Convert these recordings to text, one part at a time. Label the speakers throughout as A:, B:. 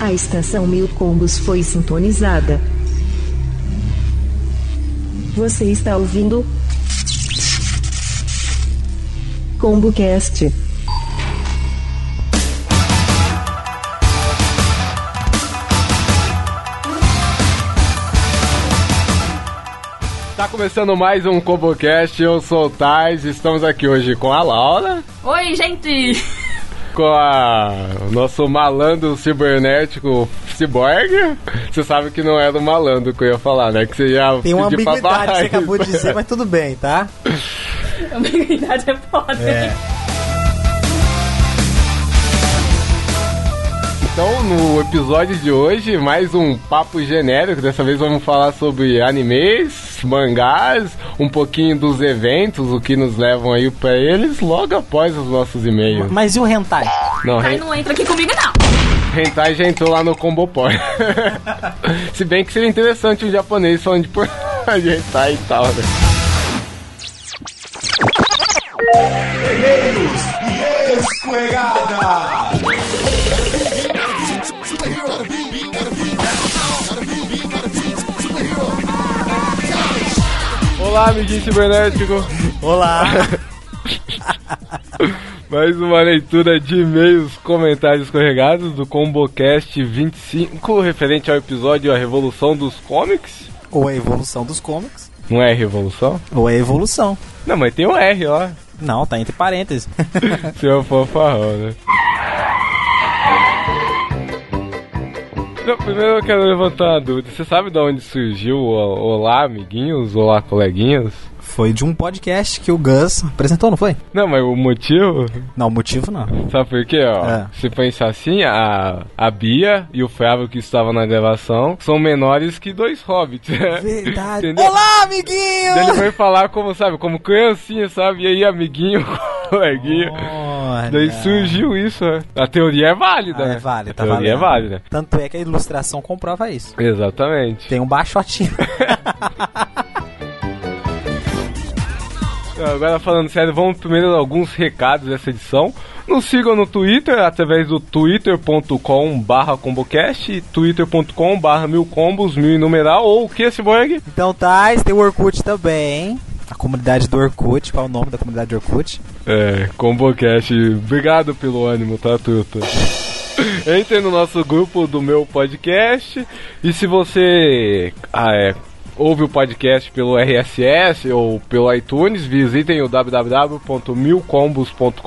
A: A estação Mil Combos foi sintonizada. Você está ouvindo ComboCast.
B: Tá começando mais um ComboCast, eu sou o Tais, estamos aqui hoje com a Laura,
C: Oi, gente!
B: com a o nosso malandro cibernético Cyborg. Você sabe que não era o malandro que eu ia falar, né? Que você já
D: Tem uma
B: pediu pra
D: ambiguidade que você
B: parar
D: acabou de
B: isso.
D: dizer, mas tudo bem, tá?
C: A minha idade é foda.
B: Então, no episódio de hoje, mais um papo genérico. Dessa vez vamos falar sobre animes, mangás, um pouquinho dos eventos, o que nos levam aí pra eles logo após os nossos e-mails.
D: Mas e o hentai?
B: Não,
C: Tá,
B: Ren-
C: não entra aqui comigo, não.
B: Hentai já entrou lá no Combo Point. Se bem que seria interessante um japonês falando de por- de Hentai e tal, né? Olá, amiguinho cibernético!
D: Olá!
B: Mais uma leitura de e-mails, comentários escorregados do ComboCast 25, referente ao episódio A Revolução dos Comics.
D: ou é a evolução dos cómics,
B: Não é Revolução?
D: ou é a evolução.
B: Não, mas tem um R lá.
D: Não, tá entre parênteses.
B: Seu fofarrão, né? Não, primeiro eu quero levantar uma dúvida. Você sabe de onde surgiu o Olá, amiguinhos? Olá, coleguinhas?
D: foi de um podcast que o Gus apresentou, não foi?
B: Não, mas o motivo...
D: Não, o motivo não.
B: Sabe por quê, ó?
D: É.
B: Se pensar assim, a, a Bia e o Flávio que estavam na gravação são menores que dois hobbits.
D: Verdade.
B: Entendeu?
D: Olá,
B: Daí Ele
D: amiguinho!
B: foi falar como, sabe, como criancinha, sabe? E aí, amiguinho, coleguinha.
D: Olha.
B: Daí surgiu isso, né? A teoria é válida,
D: Ah,
B: né?
D: é válido, tá
B: A teoria
D: valendo.
B: é válida.
D: Tanto é que a ilustração comprova isso.
B: Exatamente.
D: Tem um baixotinho.
B: Agora falando sério, vamos primeiro a alguns recados dessa edição. Nos sigam no Twitter através do twitter.com barra combocast e twitter.com barra mil combos, mil em numeral, ou o que, Cyborg?
D: então, Tais, tem o Orkut também. A comunidade do Orkut. Qual é o nome da comunidade do Orkut?
B: É, combocast. Obrigado pelo ânimo, tá, Tuta? Entre no nosso grupo do meu podcast e se você ah, é, ouve o podcast pelo RSS ou pelo iTunes, visitem o www.milcombos.com.br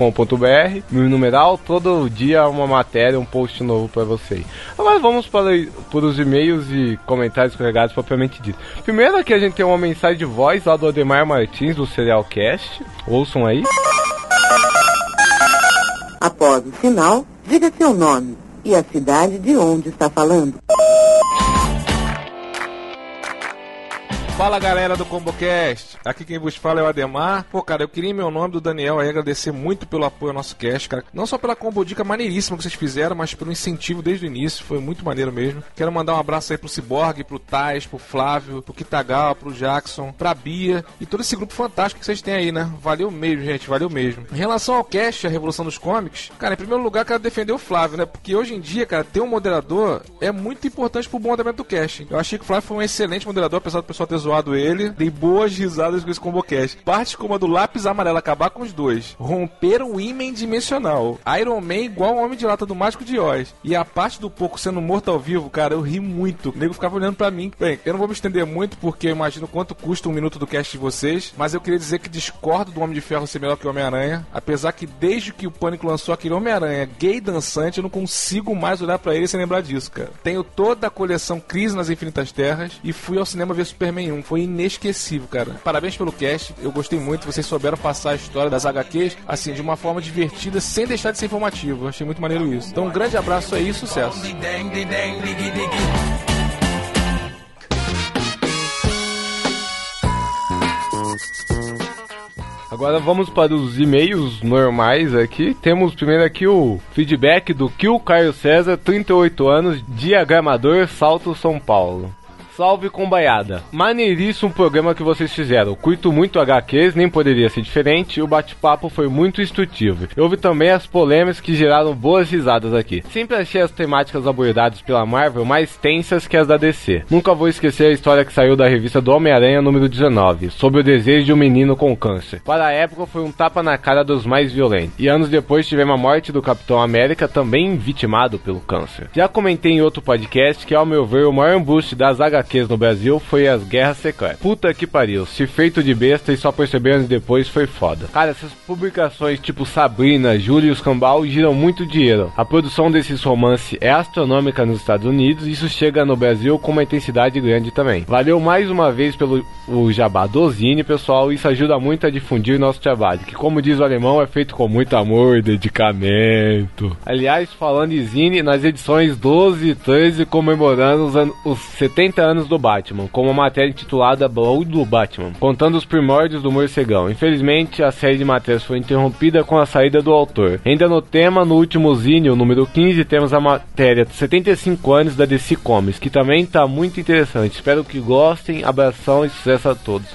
B: no numeral, todo dia uma matéria, um post novo para vocês. Agora vamos para, o- para os e-mails e comentários carregados propriamente dito. Primeiro aqui a gente tem uma mensagem de voz lá do Ademar Martins do Serialcast, ouçam aí.
E: Após o sinal, diga seu nome e a cidade de onde está falando.
F: Fala galera do ComboCast, aqui quem vos fala é o Ademar. Pô, cara, eu queria em meu nome do Daniel aí agradecer muito pelo apoio ao nosso cast, cara. Não só pela combo dica maneiríssima que vocês fizeram, mas pelo incentivo desde o início, foi muito maneiro mesmo. Quero mandar um abraço aí pro Cyborg, pro Tais, pro Flávio, pro Kitagawa, pro Jackson, pra Bia e todo esse grupo fantástico que vocês têm aí, né? Valeu mesmo, gente, valeu mesmo. Em relação ao cast, a Revolução dos Comics, cara, em primeiro lugar, quero defender o Flávio, né? Porque hoje em dia, cara, ter um moderador é muito importante pro bom andamento do cast. Eu achei que o Flávio foi um excelente moderador, apesar do pessoal ter zoado ele. Dei boas risadas com esse combocast. Parte como a do lápis amarelo acabar com os dois. Romper o ímen dimensional. Iron Man igual o Homem de Lata do Mágico de Oz. E a parte do pouco sendo morto ao vivo, cara, eu ri muito. O nego ficava olhando pra mim. Bem, eu não vou me estender muito porque eu imagino quanto custa um minuto do cast de vocês, mas eu queria dizer que discordo do Homem de Ferro ser melhor que o Homem-Aranha. Apesar que desde que o Pânico lançou aquele Homem-Aranha gay dançante, eu não consigo mais olhar pra ele sem lembrar disso, cara. Tenho toda a coleção Crise nas Infinitas Terras e fui ao cinema ver Superman 1. Foi inesquecível, cara. Parabéns pelo cast, eu gostei muito. Vocês souberam passar a história das HQs, assim, de uma forma divertida, sem deixar de ser informativo. Eu Achei muito maneiro isso. Então, um grande abraço aí e sucesso.
B: Agora vamos para os e-mails normais aqui. Temos primeiro aqui o feedback do Kio Caio César, 38 anos, diagramador, Salto São Paulo. Salve combaiada. Maneiríssimo programa que vocês fizeram. Curto muito HQs, nem poderia ser diferente. O bate-papo foi muito instrutivo. Eu vi também as polêmicas que geraram boas risadas aqui. Sempre achei as temáticas abordadas pela Marvel mais tensas que as da DC. Nunca vou esquecer a história que saiu da revista do Homem-Aranha número 19, sobre o desejo de um menino com câncer. Para a época foi um tapa na cara dos mais violentos. E anos depois tivemos a morte do Capitão América, também vitimado pelo câncer. Já comentei em outro podcast que, ao meu ver, o maior embuste das HQs no Brasil foi as Guerras Secretas. Puta que pariu, se feito de besta e só perceber anos depois foi foda. Cara, essas publicações tipo Sabrina, Júlio e os Cambal giram muito dinheiro. A produção desses romances é astronômica nos Estados Unidos e isso chega no Brasil com uma intensidade grande também. Valeu mais uma vez pelo o jabá do Zine, pessoal. Isso ajuda muito a difundir nosso trabalho, que como diz o alemão, é feito com muito amor e dedicamento. Aliás, falando em Zine, nas edições 12 e 13 comemorando os, an- os 70 anos do Batman, com uma matéria intitulada Blow do Batman, contando os primórdios do morcegão. Infelizmente, a série de matérias foi interrompida com a saída do autor. Ainda no tema, no último Zine, o número 15, temos a matéria 75 anos da DC Comics, que também tá muito interessante. Espero que gostem, abração e sucesso a todos.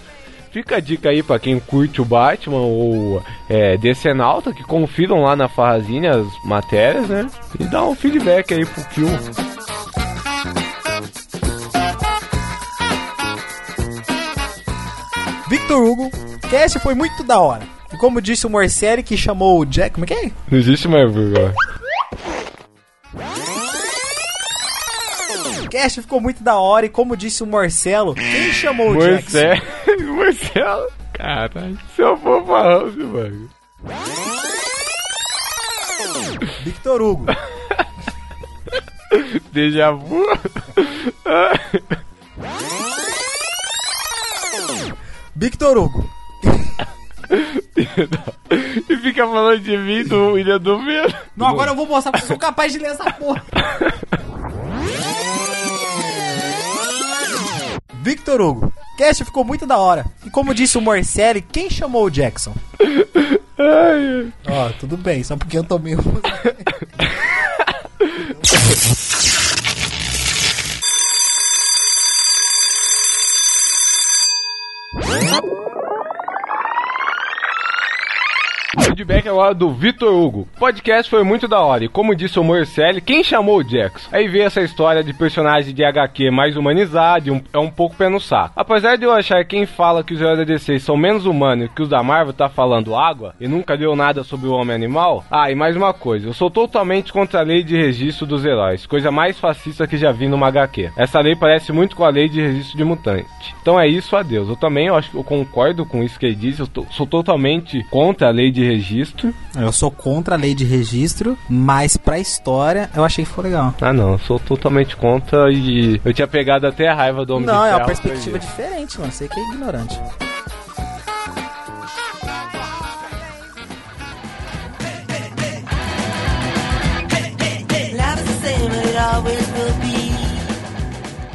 B: Fica a dica aí pra quem curte o Batman ou é, Decenalta, que confiram lá na Farrazinha as matérias, né? E dá um feedback aí pro Kill.
G: Victor Hugo, cast foi muito da hora. E como disse o Morcelli que chamou o Jack. Como é que é?
B: Não existe mais vergonha.
G: O cast ficou muito da hora. E como disse o Marcelo, quem chamou o Jack?
B: Moisés, Moisés, caralho, é um seu fofarrão, mano.
G: Victor Hugo.
B: Deja vu.
G: Victor Hugo.
B: e fica falando de mim do William do Medo.
G: Não, agora eu vou mostrar porque eu sou capaz de ler essa porra. Victor Hugo. Cast ficou muito da hora. E como disse o Morcelli, quem chamou o Jackson?
B: Ai,
G: Ó, tudo bem, só porque eu tô meio.
B: Feedback agora do Vitor Hugo. Podcast foi muito da hora e como disse o Morcelli, quem chamou o Jackson? Aí veio essa história de personagem de HQ mais humanizado, e um- é um pouco pé no saco. Apesar de eu achar quem fala que os heróis da DC são menos humanos que os da Marvel tá falando água e nunca deu nada sobre o homem animal. Ah, e mais uma coisa, eu sou totalmente contra a lei de registro dos heróis, coisa mais fascista que já vi numa HQ. Essa lei parece muito com a lei de registro de mutante. Então é isso, adeus. Eu também eu acho que eu concordo com isso que ele disse, eu tô- sou totalmente contra a lei de registro.
G: Eu sou contra a lei de registro, mas pra história eu achei que foi legal.
B: Ah não, eu sou totalmente contra e eu tinha pegado até a raiva do homem
G: Não,
B: de
G: é uma
B: Ferro,
G: perspectiva diferente, mano. Você que é ignorante.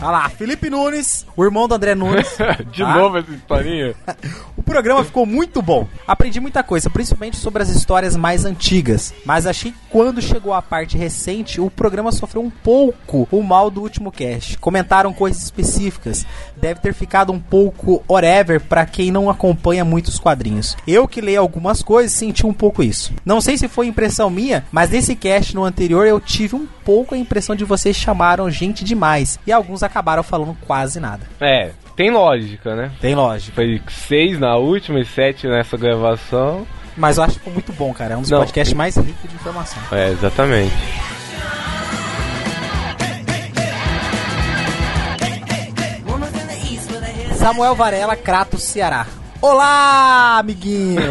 G: Olha lá, Felipe Nunes, o irmão do André Nunes.
B: De
G: Ah.
B: novo essa historinha?
G: O programa ficou muito bom. Aprendi muita coisa, principalmente sobre as histórias mais antigas. Mas achei que quando chegou a parte recente, o programa sofreu um pouco o mal do último cast. Comentaram coisas específicas. Deve ter ficado um pouco whatever pra quem não acompanha muito os quadrinhos. Eu que leio algumas coisas senti um pouco isso. Não sei se foi impressão minha, mas nesse cast no anterior eu tive um pouco a impressão de vocês chamaram gente demais. E alguns acabaram falando quase nada.
B: É, tem lógica, né?
G: Tem lógica.
B: Foi seis na última e sete nessa gravação.
G: Mas eu acho que ficou muito bom, cara. É um dos
B: Não.
G: podcasts mais ricos de informação.
B: É, exatamente.
G: Samuel Varela, Crato, Ceará. Olá, amiguinhos!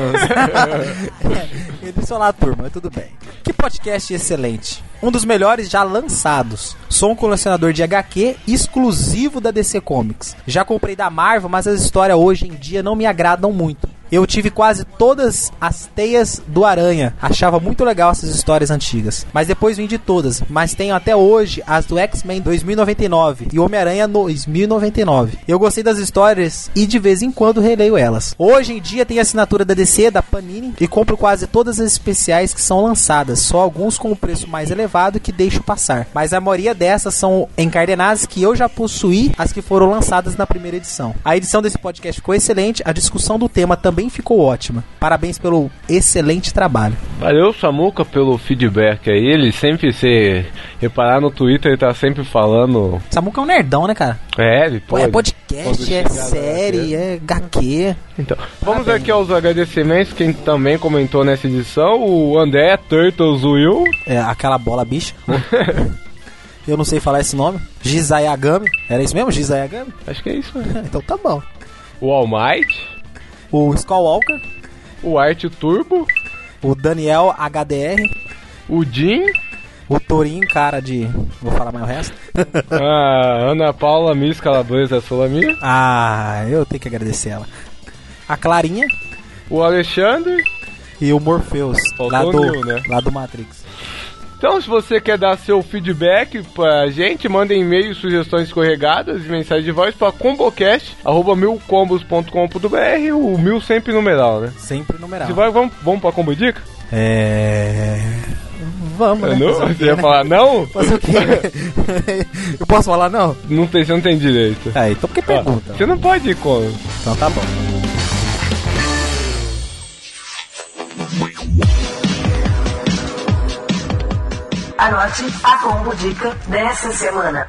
G: Ele disse olá, turma, tudo bem. Que podcast excelente. Um dos melhores já lançados. Sou um colecionador de HQ exclusivo da DC Comics. Já comprei da Marvel, mas as histórias hoje em dia não me agradam muito. Eu tive quase todas as teias do Aranha. Achava muito legal essas histórias antigas. Mas depois vim de todas. Mas tenho até hoje as do X-Men 2099 e Homem-Aranha 2099. Eu gostei das histórias e de vez em quando releio elas. Hoje em dia tem a assinatura da DC, da Panini e compro quase todas as especiais que são lançadas. Só alguns com o preço mais elevado que deixo passar. Mas a maioria dessas são encardenadas que eu já possuí as que foram lançadas na primeira edição. A edição desse podcast ficou excelente, a discussão do tema também ficou ótima. Parabéns pelo excelente trabalho.
B: Valeu, Samuca, pelo feedback aí. Ele sempre se reparar no Twitter, ele tá sempre falando.
G: Samuca é um nerdão, né, cara?
B: É, ele
G: Pô,
B: pode.
G: é podcast,
H: Pode
G: é
H: chegar né? lá,
G: série, é HQ.
B: Então, vamos aqui aos agradecimentos, quem também comentou nessa edição, o André Turtles Will,
G: É, aquela bola bicha. Eu não sei falar esse nome. Jizayagami. Era isso mesmo? Jizayagami?
B: acho que é isso, né?
G: Então tá bom.
B: O All Might,
G: O Skull Walker,
B: o Art Turbo,
G: o Daniel HDR,
B: o Jim,
G: o Torin, cara de. Vou falar mais o resto.
B: a Ana Paula Miss Calabresa Solamir,
G: ah, eu tenho que agradecer ela. A Clarinha
B: o Alexandre.
G: e o Morpheus,
B: Faltou
G: lá do,
B: o Neil, né?
G: lá do Matrix.
B: Então, se você quer dar seu feedback pra gente, manda e-mail, sugestões escorregadas e mensagem de voz pra combocast.milcombos.com.br, o mil sempre numeral, né?
G: Sempre numeral.
B: Se vai, vamos, vamos pra Combo Dica?
G: É. Vamos, né?
B: Não?
G: Fazer o
B: Você
G: quê,
B: ia
G: né?
B: falar não?
G: Fazer o quê? eu posso falar não?
B: Não tem, você não tem direito.
G: Ah, então por que
B: Ó,
G: pergunta?
B: Você não pode ir com.
G: Então tá bom.
I: Anote a combo dica dessa semana.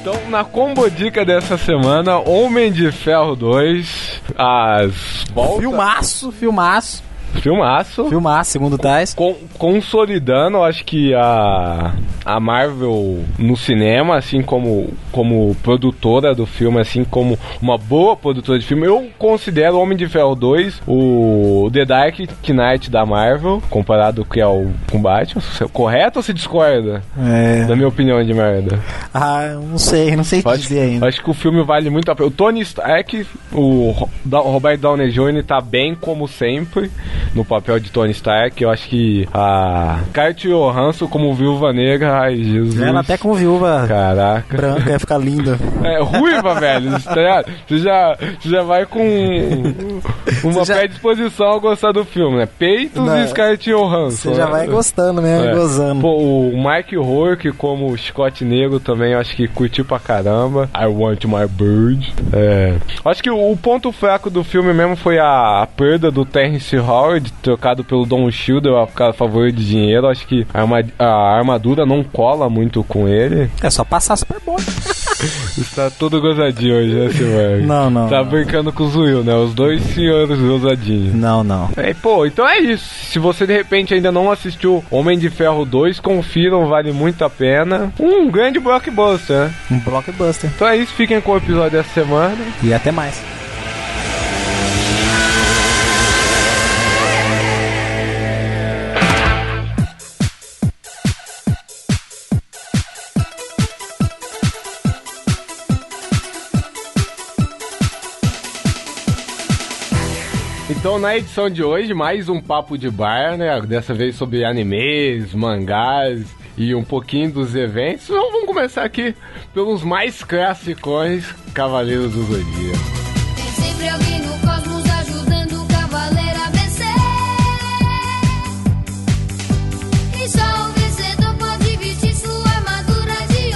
B: Então, na Combo Dica dessa semana, Homem de Ferro 2, as voltas.
G: Filmaço, filmaço.
B: Filmaço.
G: Filmaço, segundo o Tais.
B: Con- consolidando, eu acho que a, a Marvel no cinema, assim como, como produtora do filme, assim como uma boa produtora de filme, eu considero Homem de Ferro 2 o The Dark Knight da Marvel, comparado que é o combate. Correto ou se discorda?
G: É.
B: Da minha opinião de merda.
G: Ah, eu não sei, não sei o que
B: Acho,
G: dizer ainda.
B: acho que o filme vale muito a pena. O Tony Stark, o Ro- Da- Robert Downey Jr. tá bem como sempre no papel de Tony Stark. Eu acho que a Kate Johansson como Viúva Negra, ai Jesus.
G: Ela até com viúva
B: Caraca.
G: branca ia ficar linda.
B: É ruiva, velho. Tá ligado? Você já, você já vai com uma
G: Você já-
B: predisposição a gostar do filme, né? Peitos
G: Não,
B: e Scarlett Johansson.
G: Você já
B: né?
G: vai gostando mesmo,
B: É.
G: gozando.
B: Pô, o Mike Rourke como o Scott Negro também, eu acho que curtiu pra caramba. I Want My Bird. É. Acho que o, o ponto fraco do filme mesmo foi a, a perda do Terrence Howard, trocado pelo Don Shielder a ficar a favor de dinheiro. Acho que a, arma- a armadura não cola muito com ele.
G: É só passar super bom.
B: Está todo gozadinho hoje, né, Silvio?
G: Não, não,
B: Tá
G: não.
B: brincando com o Zuil, né? Os dois senhores gozadinhos.
G: Não, não.
B: É, pô, então é isso. Se você de repente ainda não assistiu Homem de Ferro 2, confiram, vale muito a pena. Um grande blockbuster, né?
G: Um blockbuster.
B: Então é isso, fiquem com o episódio dessa semana.
G: E até mais.
B: Então, na edição de hoje, mais um papo de bar, né? Dessa vez sobre animes, mangás e um pouquinho dos eventos. Então, vamos começar aqui pelos mais classicões Cavaleiros do Zodíaco.
J: Tem sempre alguém no cosmos ajudando o cavaleiro a vencer. E só o vencedor pode vestir sua armadura de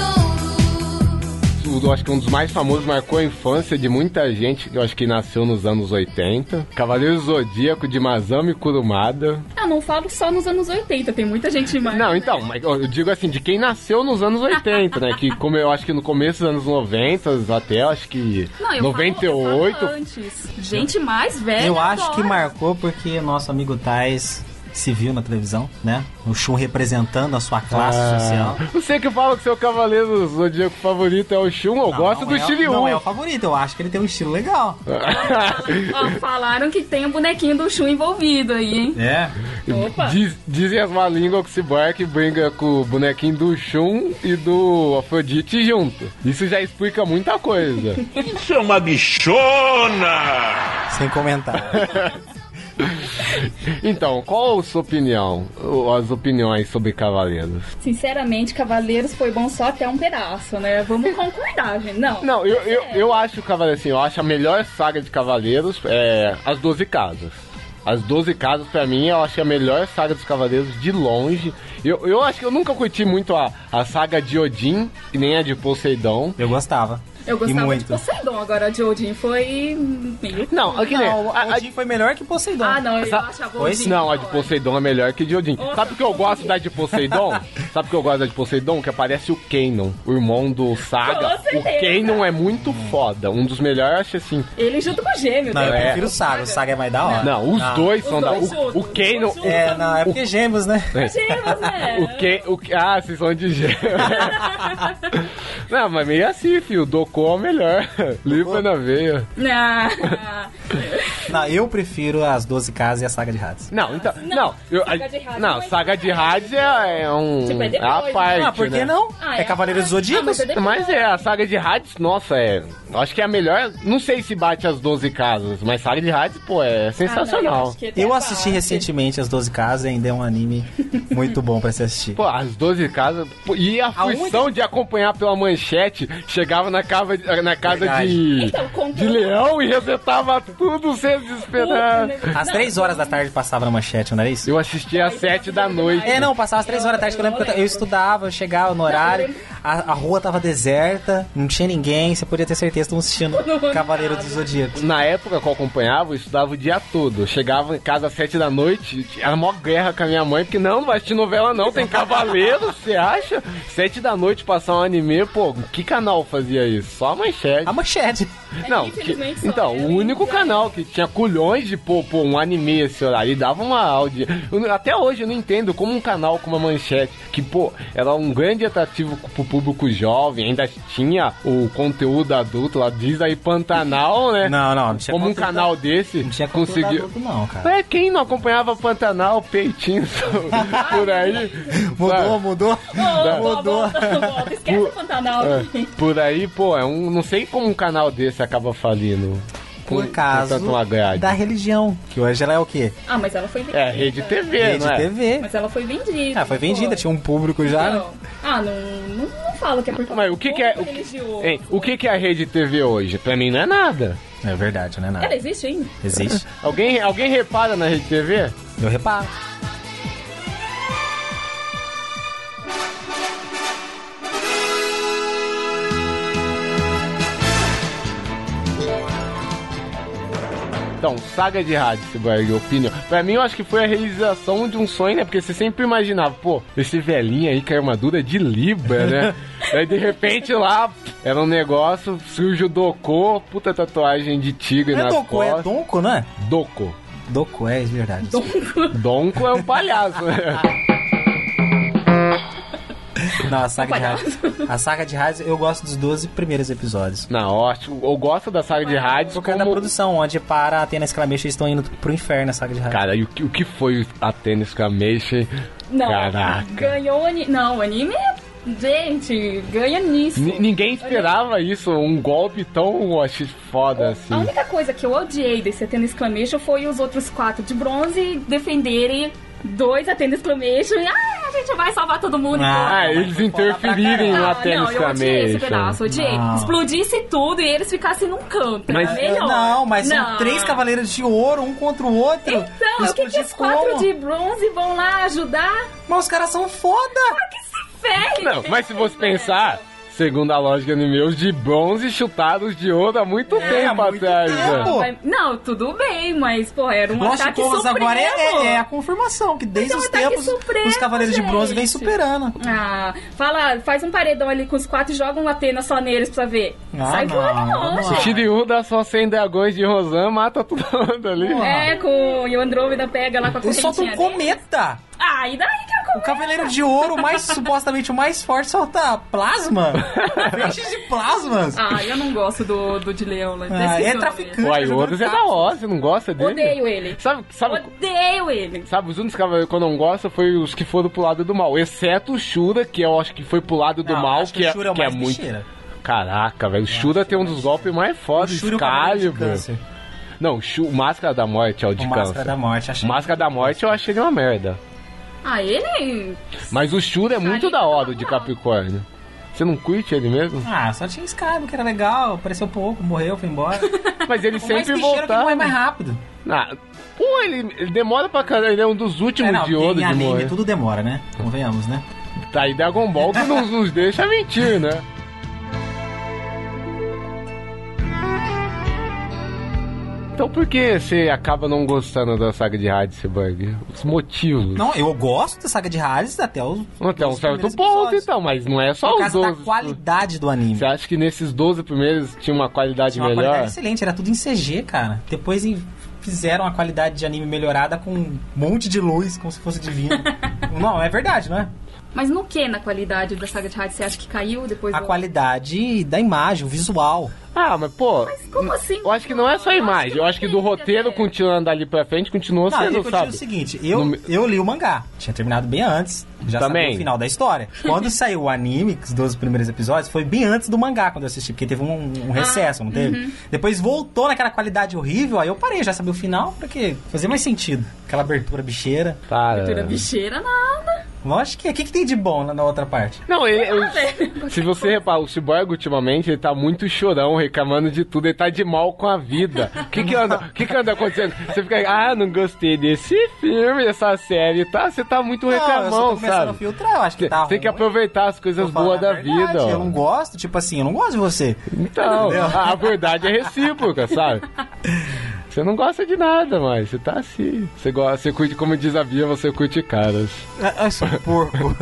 J: ouro.
B: Eu acho que um dos mais famosos marcou a infância de muita gente, eu acho que nasceu nos anos 80. Cavaleiro Zodíaco de Mazami Kurumada.
C: Ah, não falo só nos anos 80, tem muita gente mais.
B: Não, então, mas eu digo assim, de quem nasceu nos anos 80, né? Que como eu acho que no começo dos anos 90 até, eu acho que
C: Não, eu falo-
B: 98.
C: eu falo antes. Gente mais velha.
G: Eu acho que
C: É agora.
G: marcou porque nosso amigo Tais civil na televisão, né? O Shun representando a sua classe
B: Ah.
G: social.
B: Você que fala que seu cavaleiro zodíaco favorito é o Shun, eu
G: Não,
B: gosto
G: não
B: do
G: é, o-
B: Shiryu.
G: Não é o favorito, eu acho que ele tem um estilo legal.
C: Ó, falaram que tem um bonequinho do Shun envolvido aí, hein?
G: É.
C: Opa!
B: Diz- dizem as má língua que esse barco briga com o bonequinho do Shun e do Afrodite junto. Isso já explica muita coisa.
D: Sem comentar.
B: então, qual a sua opinião? Ou As opiniões sobre cavaleiros?
C: Sinceramente, Cavaleiros foi bom só até um pedaço, né? Vamos concordar, gente. Não.
B: Não, eu, eu, eu acho o Cavaleiro assim, eu acho a melhor saga de Cavaleiros é As Doze Casas. As Doze Casas, pra mim, eu acho é a melhor saga dos Cavaleiros de longe. Eu, eu acho que eu nunca curti muito a, a saga de Odin, e nem a de Poseidon.
G: Eu gostava.
C: Eu
G: E
C: gostava de
G: muito.
C: Poseidon, agora de Odin foi meio...
B: Não, aqui nem.
G: Não, o
B: a- a-
G: Odin foi melhor que Poseidon.
C: Ah, não, eu
B: Essa-
C: achava Odin.
B: Não, a
C: da
B: de
C: hora.
B: Poseidon é melhor que a de Odin.
C: Nossa,
B: Sabe o que eu gosto da de Poseidon? Sabe o que eu gosto da de Poseidon? Que aparece o Kanon, o irmão do Saga.
C: Com
B: O
C: certeza.
B: Kanon é muito foda. Um Um dos melhores, eu acho assim.
C: Ele junto com o gêmeo,
G: Não,
C: né?
G: eu prefiro o Saga. O Saga é mais da hora.
B: Não, os dois
C: Os
B: são da.
C: dois
B: O,
C: juntos,
B: o
C: os dois
B: Kanon.
C: juntos.
G: É, não, é porque gêmeos, né?
C: Gêmeos, né?
B: O que, o que, ah, vocês são de gêmeo. Não, mas meio assim, filho. Docô é o melhor. Limpa na veia.
C: né? Ah,
G: Não, eu prefiro as 12 casas e a Saga de Hades.
B: Não, então. Não,
C: Não,
B: eu,
C: Saga
B: a-
C: de Hades
B: não,
C: não é
B: saga de Hades é, é um.
C: Tipo, é
B: é a
C: depois,
B: parte.
G: Ah, por que
B: né?
G: não?
C: Ah,
G: é,
C: é.
G: Cavaleiros
C: ah,
G: Zodíacos?
C: mas eu depois-
B: Mas é, a saga de Hades, nossa, é. Acho que é a melhor. Não sei se bate as 12 casas, mas saga de Hades, pô, é
C: Ah, não,
B: sensacional.
C: acho que
G: Eu
C: até
G: assisti
C: parte.
G: recentemente as 12 casas e ainda é um anime muito bom pra se assistir.
B: Pô, as 12 casas. pô, E a, função de acompanhar pela manchete chegava na, cava, na casa
G: Verdade.
B: de.
C: Então, contando-
B: de leão e resetava tudo sem desesperar.
G: Às 3 horas da tarde passava na manchete, não era isso?
B: Eu assistia às 7 da noite.
G: É, não, passava às 3 horas da tarde, que eu lembro que eu, eu estudava, eu chegava no horário, a, a rua tava deserta, não tinha ninguém, você podia ter certeza que estavam assistindo Cavaleiro dos Zodíacos.
B: Na época que eu acompanhava, eu estudava o dia todo. Eu chegava em casa às sete da noite, era mó guerra com a minha mãe, porque não, não vai assistir novela não, tem cavaleiro, você acha? Sete da noite passar um anime, pô, que canal fazia isso? Só a manchete.
G: A manchete.
B: Não,
C: infelizmente
B: que-
C: só,
B: então,
C: né?
B: o único canal que tinha culhões de pôr pô, um anime esse horário e dava uma áudio. Até hoje eu não entendo como um canal com uma manchete, que, pô, era um grande atrativo pro público jovem, ainda tinha o conteúdo adulto lá, diz aí Pantanal, né?
G: Não, não, não tinha
B: Como um
G: conteúdo
B: canal desse
G: Não tinha
B: conseguiu.
G: conseguido. Não, cara.
B: É, quem não acompanhava Pantanal, peitinho por aí.
D: Mudou, mudou.
C: Ô,
D: Mudou.
C: Volta, volta, volta. Esquece o Pantanal.
B: É, por aí, pô, é um, não sei como um canal desse acaba falindo. Com-
G: Por
B: tá com
G: causa
B: tanto uma grade.
G: da religião, que hoje ela é o quê?
C: Ah, mas ela foi vendida.
B: É, rede TV,
G: Rede
B: não é?
G: TV.
C: Mas ela foi vendida.
G: Ah, foi vendida,
C: pô.
G: tinha um público já. né?
C: Não. Ah, não, não, não falo que é por
B: Mas o que, que é. O
C: religioso.
B: que, hein, o que, que é a rede TV hoje? Pra mim não é nada.
G: É verdade, né? Não.
C: Ela existe ainda?
G: Existe.
B: Alguém, alguém repara na rede TV?
G: Eu reparo.
B: Então, saga de rádio, Cyborg, opinião. Pra mim, eu acho que foi a realização de um sonho, né? Porque você sempre imaginava, pô, esse velhinho aí com a armadura de Libra, né? Daí, de repente, lá, era um negócio, surge o Doco, puta tatuagem de tigre
G: Não
B: na
G: é Doku, é
B: costa.
G: Donko, não é?
B: Doco.
G: Doku, é, é verdade.
B: Donco é um palhaço, né?
G: Não, a saga de Hades. A saga de Hades, eu gosto dos 12 primeiros episódios.
B: Não, ótimo. Eu gosto da saga de rádio
G: Por causa da
B: como-
G: produção, onde para Atenas e Clameixa eles estão indo pro inferno, a saga de Hades.
B: Cara, e o que, o que foi a tênis com a Meisha?
C: Não.
B: Caraca.
C: Ganhou o anime. Não, o anime é. Gente, ganha nisso.
B: Ni- ninguém esperava isso, um golpe tão acho, foda
C: A
B: assim.
C: única coisa que eu odiei desse Atena Exclamation foi os outros quatro de bronze defenderem dois Atena Exclamation e ah, a gente vai salvar todo mundo. então."
G: Ah,
B: Ah,
G: mas
B: eles
G: foi foda
B: interferirem
G: pra
C: Não,
B: lá tá. tênis
C: não,
B: com
C: eu
B: a
C: odiei esse
B: Meisha.
C: pedaço, odiei.
G: Não.
C: Explodisse tudo e eles ficassem num canto.
B: Mas-
C: era melhor.
G: Não, mas são
C: Não.
G: três cavaleiros de ouro, um contra o outro.
C: Então, o que, que
G: Explodir
C: os quatro
G: como?
C: de bronze vão lá ajudar?
G: Mas os caras são foda!
C: Que se ferre!
B: Não, mas se você pensar, segundo a lógica anime, os de bronze chutados de ouro há muito tempo
D: há muito
B: atrás,
D: tempo.
B: né?
D: Pô.
C: Vai- Não, tudo bem, mas, pô, era um
G: Lost
C: ataque
G: Covas
C: supremo.
G: agora é, é- é a confirmação que desde
C: é um
G: os
C: ataque
G: tempos
C: supremo,
G: os Cavaleiros de Bronze vêm
C: gente.
G: superando.
C: Ah, fala, faz um paredão ali com os quatro e joga um Atena só neles pra ver.
G: Ah,
C: Sai
G: não,
C: voando
G: não.
B: O
C: longe.
B: Shiryu dá só 100 dragões de Rosan, mata todo mundo ali.
C: É, com e o Andrômeda pega lá com a
G: Eles soltam
C: correntinha
G: um
C: dele.
G: cometa!
C: Ah, e daí que eu
G: O
C: comi?
G: Cavaleiro de Ouro, mais supostamente o mais forte, solta plasma! Peixes de plasmas!
C: Ah, eu não gosto do, do de Leão. né? lá.
G: Ah,
C: Esqueci
G: é
C: o nome
G: traficante.
C: dele.
B: O Ayodos é da hora, você não gosta dele?
C: Odeio ele.
B: Sabe, sabe,
C: Odeio ele.
B: sabe, os únicos cavaleiros que eu não gosto foi os que foram pro lado do mal. Exceto o Shura, que eu acho que foi pro lado do
G: Não,
B: mal,
G: acho
B: que, é,
G: o Shura
B: que é
G: mais
B: muito.
G: bicheira.
B: Caraca, velho. O Shura tem um dos golpes mais fodas,
G: O Shura é o Cavaleiro de
B: Excalibur.
G: Câncer.
B: Não, o Shu- Máscara da Morte é o de
G: O Máscara
B: câncer.
G: da Morte, achei.
B: Máscara da Morte eu achei ele uma merda.
C: Ah, ele.
B: Mas o Shura é muito
C: Ali
B: da hora o
C: não.
B: de Capricórnio. Você não curte ele mesmo?
G: Ah, só tinha Skyrim, que era legal, apareceu pouco, morreu, foi embora.
B: Mas ele
G: O mais
B: sempre
G: bicheiro que morre
B: voltava.
G: mais rápido.
B: Ah, pô, ele, ele demora pra caralho. Ele é um dos últimos
G: É, não,
B: de ouro
G: em
B: de
G: anime
B: morrer.
G: tudo demora, né? Convenhamos, né?
B: Tá aí Dragon Ball que nos, nos deixa mentir, né? Então por que você acaba não gostando da saga de Heisenberg? Os motivos.
G: Não, eu gosto da saga de Hades até os.
B: Até um
G: os
B: certo
G: primeiros
B: ponto,
G: episódios.
B: então, mas não é só
G: Por
B: os
G: causa da
B: 12.
G: qualidade do anime.
B: Você acha que nesses 12 primeiros tinha uma qualidade
G: Tinha uma
B: melhor?
G: qualidade excelente, era tudo em CG, cara. Depois em- fizeram a qualidade de anime melhorada com um monte de luz, como se fosse divino. não, é verdade, não é?
C: Mas no que na qualidade da saga de rádio você acha que caiu depois
G: A
C: do.
G: qualidade da imagem, o visual.
B: Ah, mas pô.
C: Como assim?
B: Eu acho que não é só a imagem, eu acho que do
C: tem,
B: roteiro
C: né?
B: continuando ali pra frente continuou
G: Não, eu
B: sendo,
G: digo o
B: sabe?
G: seguinte, eu,
B: No-
G: eu li o mangá, tinha terminado bem antes, já
B: Também.
G: sabia o final da história. Quando saiu o anime, os 12 primeiros episódios, foi bem antes do mangá quando eu assisti, porque teve um, um
B: Ah,
G: recesso, não teve?
B: uhum.
G: Depois voltou naquela qualidade horrível, aí eu parei, já sabia o final, porque fazia mais sentido. Aquela abertura bicheira.
C: Cultura
B: Cara.
C: bicheira, nada.
G: Lógico que, o que, que tem de bom na, na outra parte?
B: Não, ele. eu- se você reparar, o Cyborg ultimamente ele tá muito chorão, reclamando de tudo, ele tá de mal com a vida. O que que anda, o que que anda acontecendo? Você fica, ah, não gostei desse filme, dessa série, tá? Você tá muito
G: não, eu só tô
B: reclamão,
G: começando a
B: sabe?
G: filtrar, eu acho que
B: Você
G: tá
B: tem que
G: ruim.
B: aproveitar as coisas
G: Vou falar
B: boas
G: a
B: da
G: verdade,
B: vida. ó.
G: Eu não gosto, tipo assim, eu não gosto de você.
B: Então,
G: Entendeu?
B: a a verdade é recíproca, sabe? Você não gosta de nada, mas você tá assim. Você, gosta, você curte, como diz a Bia, você curte caras.
G: Eu sou um porco.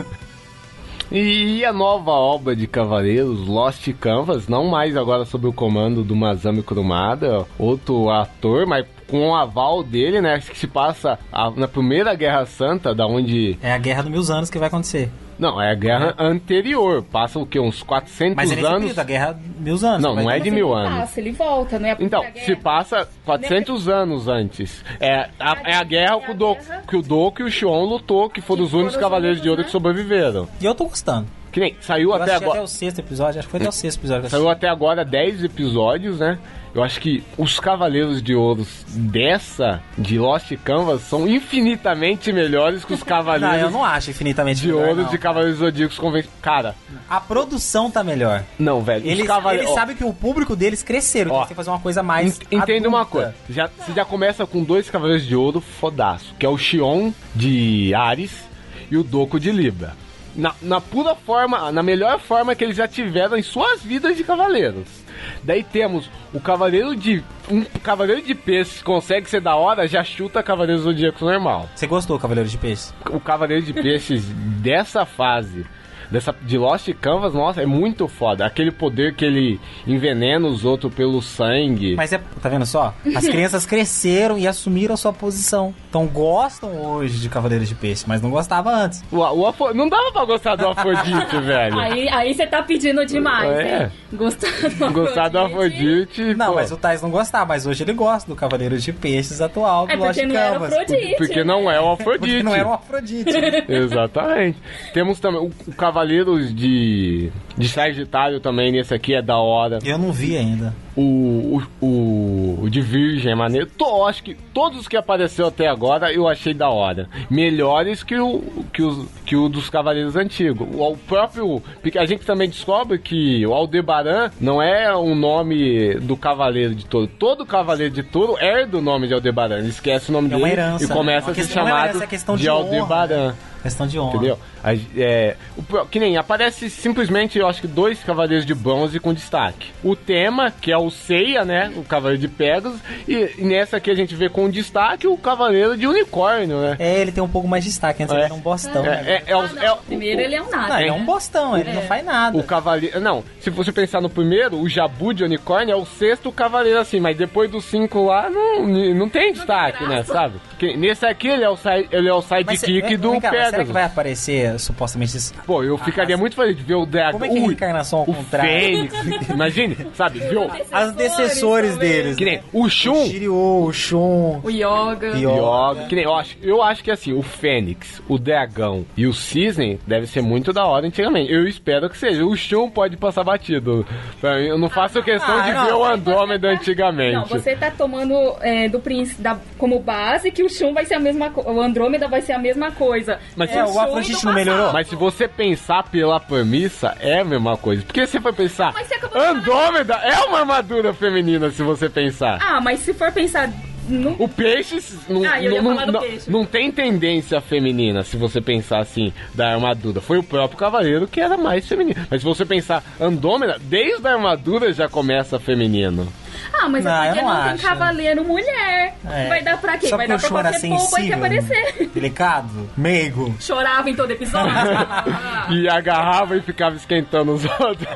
B: E a nova obra de Cavaleiros, Lost Canvas, não mais agora sob o comando do Mazami Kurumada, outro ator, mas com o aval dele, né? Que se passa a- na Primeira Guerra Santa, da onde...
G: É a guerra dos meus anos que vai acontecer.
B: Não, é a guerra anterior. Passa o quê? Uns 400
G: Mas é nesse
B: anos?
G: período, a guerra dos meus anos.
B: Não,
G: que vai
B: não é
G: ter.
B: de mil anos.
C: Passa, ele volta, não é? pra
B: Então,
C: guerra.
B: se passa 400 anos antes. É a, é a guerra que o, Do, que o Doku e o Shion lutou, que foram os únicos né? cavaleiros de ouro que sobreviveram.
G: E eu tô gostando.
B: Que nem, saiu
G: Eu
B: até
G: assisti até
B: agora.
G: o sexto episódio, acho que foi até o sexto episódio que eu
B: Saiu até agora 10 episódios, né? Eu acho que os Cavaleiros de Ouro dessa, de Lost Canvas, são infinitamente melhores que os
G: assisti. Não, eu
B: Cavaleiros
G: não acho infinitamente
B: de
G: melhor,
B: Ouro
G: não.
B: de Cavaleiros Zodíacos convencionais. Cara,
G: A produção tá melhor.
B: não, velho.
G: Eles,
B: os Cavaleiros.
G: eles
B: ó,
G: sabem que o público deles cresceram, então
B: Ó.
G: eles têm que fazer uma coisa mais.
B: Ent- Entenda uma
G: adulta.
B: coisa. Já, você já começa com dois cavaleiros de ouro fodaço, que é o Xion de Ares e o Doco de Libra. Na, na pura forma, na melhor forma que eles já tiveram em suas vidas de cavaleiros. Daí temos o cavaleiro de. Um cavaleiro de peixe consegue ser da hora, já chuta cavaleiro zodíaco normal.
G: Você gostou, Cavaleiro de Peixe?
B: O cavaleiro de peixes dessa fase. Dessa, de Lost Canvas, nossa, é muito foda. Aquele poder que ele envenena os outros pelo sangue.
G: Mas é. Tá vendo só? As crianças cresceram e assumiram a sua posição. Então gostam hoje de Cavaleiros de Peixe, mas não gostava antes.
B: O, o Afo- Não dava pra gostar do Afrodite, velho.
C: Aí, aí você tá pedindo demais,
B: É.
C: hein? Gostar do
B: Gostar do Afrodite.
G: Não,
B: pô,
G: mas o Thais não gostava, mas hoje ele gosta do Cavaleiro de Peixes atual, do
C: É
G: Lost
C: porque não era
G: Canvas.
C: Afrodite.
B: Porque não é o
G: né? Porque
B: Afrodite.
G: não era um Afrodite. né?
B: Exatamente. Temos também o, o Cavaleiros de, de Sagitário também, nesse aqui é da hora.
G: Eu não vi ainda.
B: O, o, o, o de Virgem é maneiro. Tô, acho que todos que apareceu até agora eu achei da hora. Melhores que o, que os, que o dos Cavaleiros Antigos. O, o próprio. porque A gente também descobre que o Aldebaran não é um nome do Cavaleiro de Touro. Todo Cavaleiro de Touro herda o nome de Aldebaran. Ele esquece o nome
G: É uma
B: dele
G: herança,
B: e começa
G: né?
B: a ser
G: Uma questão- não é uma
B: chamado
G: herança, é questão
B: de,
G: de honra,
B: Aldebaran.
G: Questão de honra.
B: Entendeu? A- é, o pro- que nem aparece simplesmente, eu acho que dois cavaleiros de bronze com destaque. O tema, que é o Ceia, né? O cavaleiro de Pegasus. E, e nessa aqui a gente vê com destaque o cavaleiro de unicórnio, né?
G: É, ele tem um pouco mais de destaque. Antes
B: É.
G: ele era um bostão. né?
B: É, é, é, o-
C: Ah, não.
B: é o-
C: Primeiro ele é um nada.
G: Não,
B: Ah,
G: ele é
C: né?
G: um bostão, ele não faz nada.
B: O cavaleiro. Não, se você pensar no primeiro, o Jabu de unicórnio é o sexto cavaleiro, assim, mas depois dos cinco lá não, não tem destaque, né?
C: graça.
B: Sabe? Que, nesse aqui ele é o, si- ele é o
G: Mas cê-
B: sidekick
G: vem-
B: do
G: vem cá, mas Será que
B: Pegasus.
G: vai aparecer supostamente esses
B: Pô, eu ficaria muito feliz de ver o dragão.
G: Ah, Como é que é a
B: Ui,
G: reencarnação ao
B: o
G: contrário?
B: Fênix. Imagine, sabe? Viu?
G: As decessores
C: também.
G: deles.
B: Que
G: né?
B: nem o
G: O
B: Shun.
G: Shiryu, o Shun.
C: O Yoga.
G: Yoga.
B: Yoga, que nem, eu, acho, eu acho que assim, o Fênix, o Dragão e o Cisne deve ser muito da hora antigamente. Eu espero que seja. O Shun pode passar batido. Pra mim, eu não faço questão
G: Ah,
B: de
G: não.
B: ver o Andrômeda antigamente.
C: Não, você tá tomando é, do príncipe da- como base que o Shun vai ser a mesma coisa. O Andrômeda vai ser a mesma coisa.
B: Mas
G: É,
B: se-
G: o Afrodite não melhorou?
B: Mas se você pensar pela premissa, é a mesma coisa. Porque se você for pensar,
C: Mas você acabou de falar-
B: Andrômeda é uma armadura feminina, se você pensar.
C: Ah, mas se for pensar. No...
B: O peixe s- não,
C: Ah, eu ia
B: não-
C: falar do
B: não-
C: peixe.
B: não tem tendência feminina, se você pensar assim, da armadura. Foi o próprio cavaleiro que era mais feminino. Mas se você pensar Andômeda, desde a armadura já começa feminino.
C: Ah, mas
G: Não,
C: é porque
G: eu não
C: não, tem
G: acho.
C: cavaleiro mulher.
G: É.
C: Vai dar pra quê?
G: Só
C: vai
G: porque
C: dar
G: o Shun
C: pra
G: era
C: qualquer boba aí que
G: sensível.
C: aparecer.
G: Delicado. Meigo.
C: Chorava em todo episódio. Ah,
B: E agarrava e ficava esquentando os outros.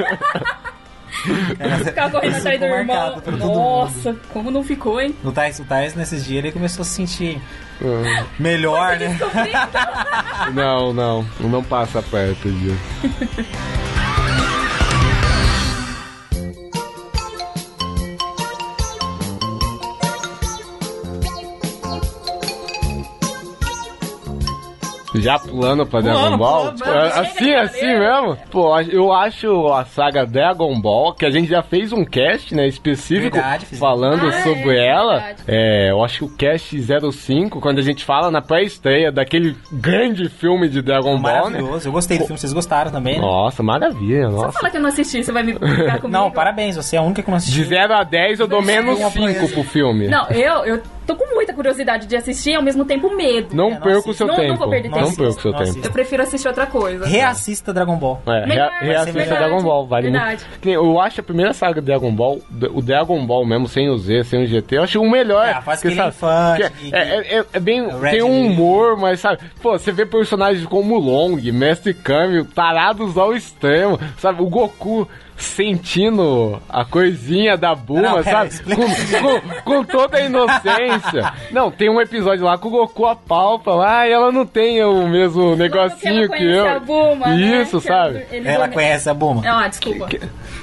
C: Ficava correndo
G: Isso
C: atrás do
G: ficou
C: irmão.
G: marcado pra todo
C: Nossa, como não ficou, hein?
G: O Tais, o Tais, nesses dias, ele começou a se sentir
B: Uhum.
G: melhor, né?
B: não, não. Não passa perto disso. Já pulando pra Dragon Ball?
C: pulando, pulando.
B: assim,
C: Chega de
B: assim
C: cadeira.
B: mesmo? Pô, eu acho a saga Dragon Ball, que a gente já fez um cast, né, específico,
G: Verdade, fizemos.
B: falando
C: Ah, é,
B: sobre ela.
C: verdade.
B: É, eu acho que o cast 05, quando a gente fala na pré-estreia daquele grande filme de Dragon Ball, né?
G: Maravilhoso. Eu gostei do filme, vocês gostaram também, né?
B: Nossa, maravilha,
C: Só
B: nossa.
C: fala que eu não assisti, você vai me brigar comigo?
G: Não, parabéns, você é a única que não
B: De
G: assistiu.
B: 0 a 10 eu dou menos
G: Uma
B: 5
G: coisa.
B: pro filme.
C: é Não, eu, eu tô com muita curiosidade de assistir e ao mesmo tempo medo.
B: Não
G: É, não
B: perca o
G: assista.
B: seu
C: Não, não
B: tempo.
C: vou perder
B: Não perca
G: tempo.
B: o seu
G: Não
B: tempo.
G: assista.
C: Eu prefiro assistir outra coisa.
G: Reassista Dragon Ball.
B: É,
C: Melhor,
B: rea- reassista
G: verdade,
B: Dragon Ball, vale
C: verdade.
B: muito. Que nem- Eu acho a primeira saga do Dragon Ball, d- o Dragon Ball mesmo, sem o Z, sem o GT, eu acho o melhor.
G: É, a fase que ele
B: sabe,
G: é infante,
B: que
G: que-
B: é, é- é- é bem.
G: o Red
B: tem um
G: Lee.
B: humor, mas sabe, pô, você vê personagens como Long, Mestre Kami, tarados ao extremo, sabe, o Goku sentindo a coisinha da Buma,
G: Não, pera,
B: sabe?
G: explica.
B: Com, com- com toda a inocência. Não, tem um episódio lá que o Goku apalpa lá e ela não tem o mesmo negocinho que eu.
C: A Buma, né?
B: Isso,
C: Que
B: sabe?
C: ele- é-
G: Ela conhece a Buma.
C: Ah, desculpa.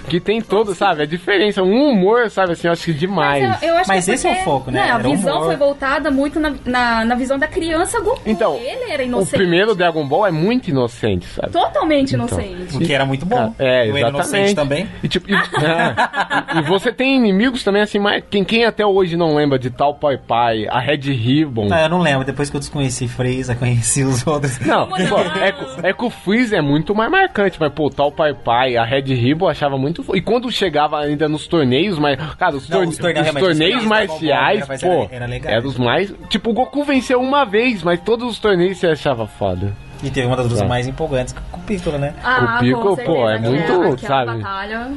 B: Que tem todo, sabe? A diferença, um humor, sabe? Assim, eu acho que demais.
C: Mas, eu- eu acho
G: Mas
C: que
G: esse é o
C: porque,
G: foco, né?
C: A
G: Era o
C: visão
G: humor.
C: foi voltada muito na, na, na visão da criança Goku.
B: Então,
C: ele era
B: o
C: inocente.
B: primeiro Então, Dragon Ball é muito inocente, sabe?
C: Totalmente inocente.
G: O que era muito bom.
B: É,
G: O Ele Inocente
B: exatamente.
G: também.
B: E, tipo, e, é. E- e você tem inimigos também, assim, mas quem, quem até hoje não lembra de tal Pai Pai, a Red Ribbon.
G: Ah, eu não lembro. Depois que eu desconheci Freeza, conheci os outros.
B: Não,
C: Como
B: pô,
C: não?
B: é, co- é que o Freeze é muito mais marcante, mas pô, o tal Pai Pai, a Red Ribbon eu achava muito. fo- E quando chegava ainda nos torneios, mas. Cara, os,
G: Não,
B: torne-
G: os torneios,
B: os
G: realmente, os
B: torneios
G: torneios da Dragon Ball
B: marciais,
G: era- mas
B: pô,
G: era- era legal.
B: eram os mais. Tipo, o Goku venceu uma vez, mas todos os torneios você achava foda.
G: E teve uma das duas
B: Tá.
G: mais empolgantes com o Piccolo, né?
C: Ah,
B: O Pico,
C: com
B: pô,
C: certeza,
B: é
C: aquela-
B: muito,
C: aquela
B: sabe?
C: batalha.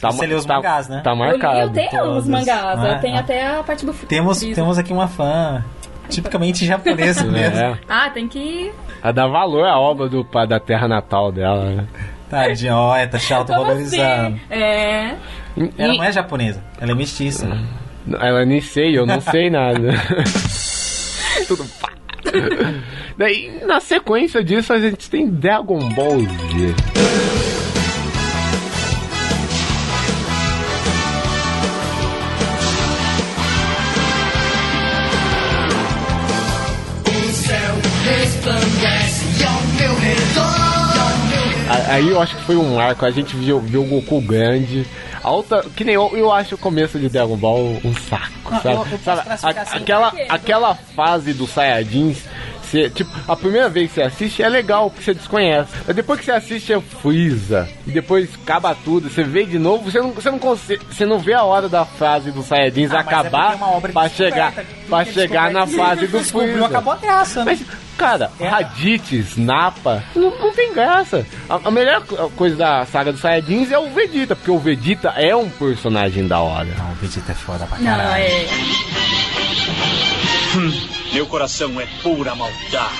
B: Tá
G: Você
B: ma-
G: leu os
B: tá-
G: mangás, né?
B: Tá marcado.
C: Eu, eu tenho
G: todos,
C: os mangás,
G: né?
C: eu tenho
G: Ah.
C: até a parte do Freeza.
G: Temos, temos aqui uma fã tipicamente japonesa mesmo.
B: É,
C: Ah, tem que.
B: a dar valor à obra do, pa- da terra natal dela, né?
G: Tadinha, olha, tá chato
C: Como assim?
G: valorizando.
C: É.
B: E-
G: Ela
B: e- Uhum.
G: não é japonesa, ela é mestiça.
B: Ela nem sei, eu não sei nada. Tudo pá. Daí, na sequência disso, a gente tem Dragon Ball Z. A- Aí eu acho que foi um marco, a gente viu, viu o Goku grande. Alta, que nem eu, eu acho o começo de Dragon Ball um saco,
G: Ah,
B: sabe?
G: eu- eu posso
B: Sabe,
G: classificar assim,
B: aquela,
C: por quê?
B: aquela fase dos Saiyajins Você, tipo, a primeira vez que você assiste é legal, porque você desconhece. Mas depois que você assiste é Freeza. E depois acaba tudo, você vê de novo, você não, você não consegue. Você não vê a hora da fase dos Saiyajins
G: Ah, mas é
B: acabar
G: porque é uma obra
B: pra
G: descoberta,
B: chegar,
G: porque
B: pra
G: descoberta
B: chegar na
G: que-
B: fase do
G: Descobriu,
B: Freeza.
G: acabou a graça, né?
B: Mas, cara,
G: É.
B: Raditz, Napa, não, não tem graça. A, a melhor co- coisa da saga dos Saiyajins é o Vegeta, porque o Vegeta é um personagem da hora.
G: Não, o Vegeta é foda pra
C: Não, é.
K: Meu coração é pura maldade.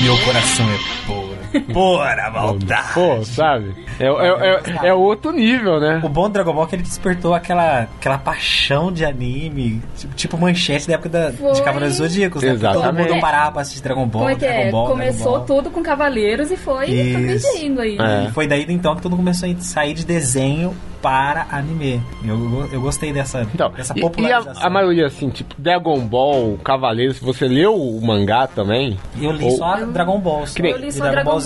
G: Meu coração é pura. Pura, maldade.
B: Pô, sabe? É, é, é, é outro nível, né?
G: O bom do Dragon Ball é que ele despertou aquela, aquela paixão de anime, tipo, tipo manchete da época da, de
C: Foi.
G: Cavaleiros Zodíacos, né? Porque Todo
B: Exatamente.
G: mundo parava pra assistir Dragon Ball,
C: Como é que
G: Dragon
C: é?
G: Ball,
C: Começou
G: Dragon Ball.
C: tudo com Cavaleiros e foi
G: Isso.
C: progredindo aí.
B: É.
G: E foi daí então que todo mundo começou a sair de desenho para anime. Eu, eu, eu gostei dessa,
B: Então,
G: dessa
B: e- e, a,
G: popularização.
B: a maioria, assim, tipo, Dragon Ball, Cavaleiros, você leu o mangá também?
G: Eu li
B: Ou-
G: só Dragon Ball. Só.
B: nem-
C: Eu li
G: E
C: só Dragon Ball.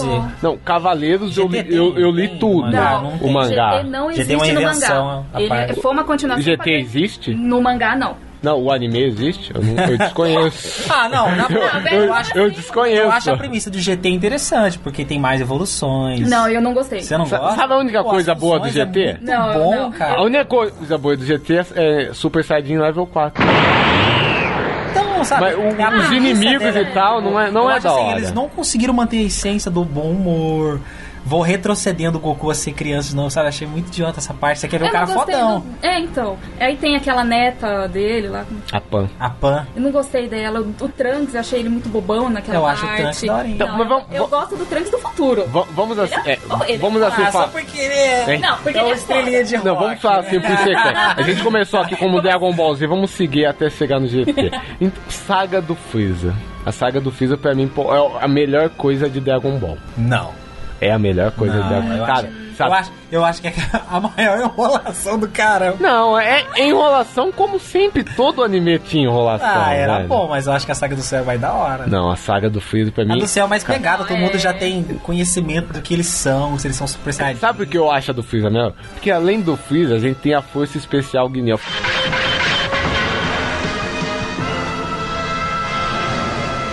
B: Não, Cavaleiros eu li,
G: GT
B: eu, eu li
G: tem
B: tudo, né?
G: mangá, não é
B: o
G: tem.
B: mangá.
C: GT não
G: Já
C: existe
G: tem uma
C: no
G: invenção,
C: mangá.
G: a
C: Ele
G: parte.
C: foi uma continuação.
B: GT
C: pra-
B: existe?
C: No mangá, não.
B: Não, o anime existe? Eu, não- eu desconheço.
G: Ah, não, na
B: eu,
G: boa,
B: eu-
G: eu acho-
B: eu desconheço.
G: Eu acho a premissa do GT interessante, porque tem mais evoluções.
C: Não, eu não gostei.
G: Você não
B: Sa-
G: gosta?
B: sabe a única
G: as
B: coisa boa do
G: funções é
B: GT?
G: muito
C: Não,
G: bom,
C: não.
B: A
G: cara.
B: única coisa boa do GT é Super Saiyajin level 4.
G: Então, sabe?
B: Mas o-
G: é a
B: os
G: premissa
B: inimigos
G: dela,
B: e
G: né?
B: tal não é- não
G: Eu
B: é
G: acho
B: da
G: assim,
B: hora.
G: Eles não conseguiram manter a essência do bom humor. Vou retrocedendo o Goku a ser criança de novo, sabe? Achei muito idiota essa parte. Você quer ver o
C: Eu
G: cara
C: não gostei
G: fodão.
C: do- É, então. Aí tem aquela neta dele lá.
B: A Pan.
G: A Pan.
C: Eu não gostei dela. O Trunks, eu achei ele muito bobão naquela
G: Eu acho
C: parte.
G: o Trunks daorinha.
C: Não,
B: Então, mas vamos-
C: eu, eu gosto do Trunks do futuro. Tipo
B: Va- vamos assim, é,
C: Ele é
B: vamos assim
G: Ah, só
B: falar.
G: porque ele é...
B: Hein?
C: Não, porque
G: é
C: ele
G: uma
C: é foda.
G: estrelinha de rock.
B: Não, vamos falar assim por sequência. A gente começou aqui como Dragon Ball Z, vamos seguir até chegar no GT. Então, saga do Freeza. A saga do Freeza pra mim pô, é a melhor coisa de Dragon Ball.
G: Não.
B: É a melhor coisa de Dragon
G: Não,
B: Ball.
G: eu,
B: Cara,
G: acho, eu,
B: sabe?
G: acho, eu acho que é a maior enrolação do cara.
B: Não, é é enrolação como sempre todo anime tinha enrolação.
G: Ah, era
B: Então, velho.
G: bom, mas eu acho que a saga do céu vai da hora.
B: Não, a saga do Freeza pra
G: A
B: mim.
G: do céu é mais pegada, todo
C: é.
G: mundo já tem conhecimento do que eles são, se eles são super saiyajin.
B: É, Sabe o que eu acho do Freeza mesmo? Porque além do Freeza, a gente tem a força especial Guinel.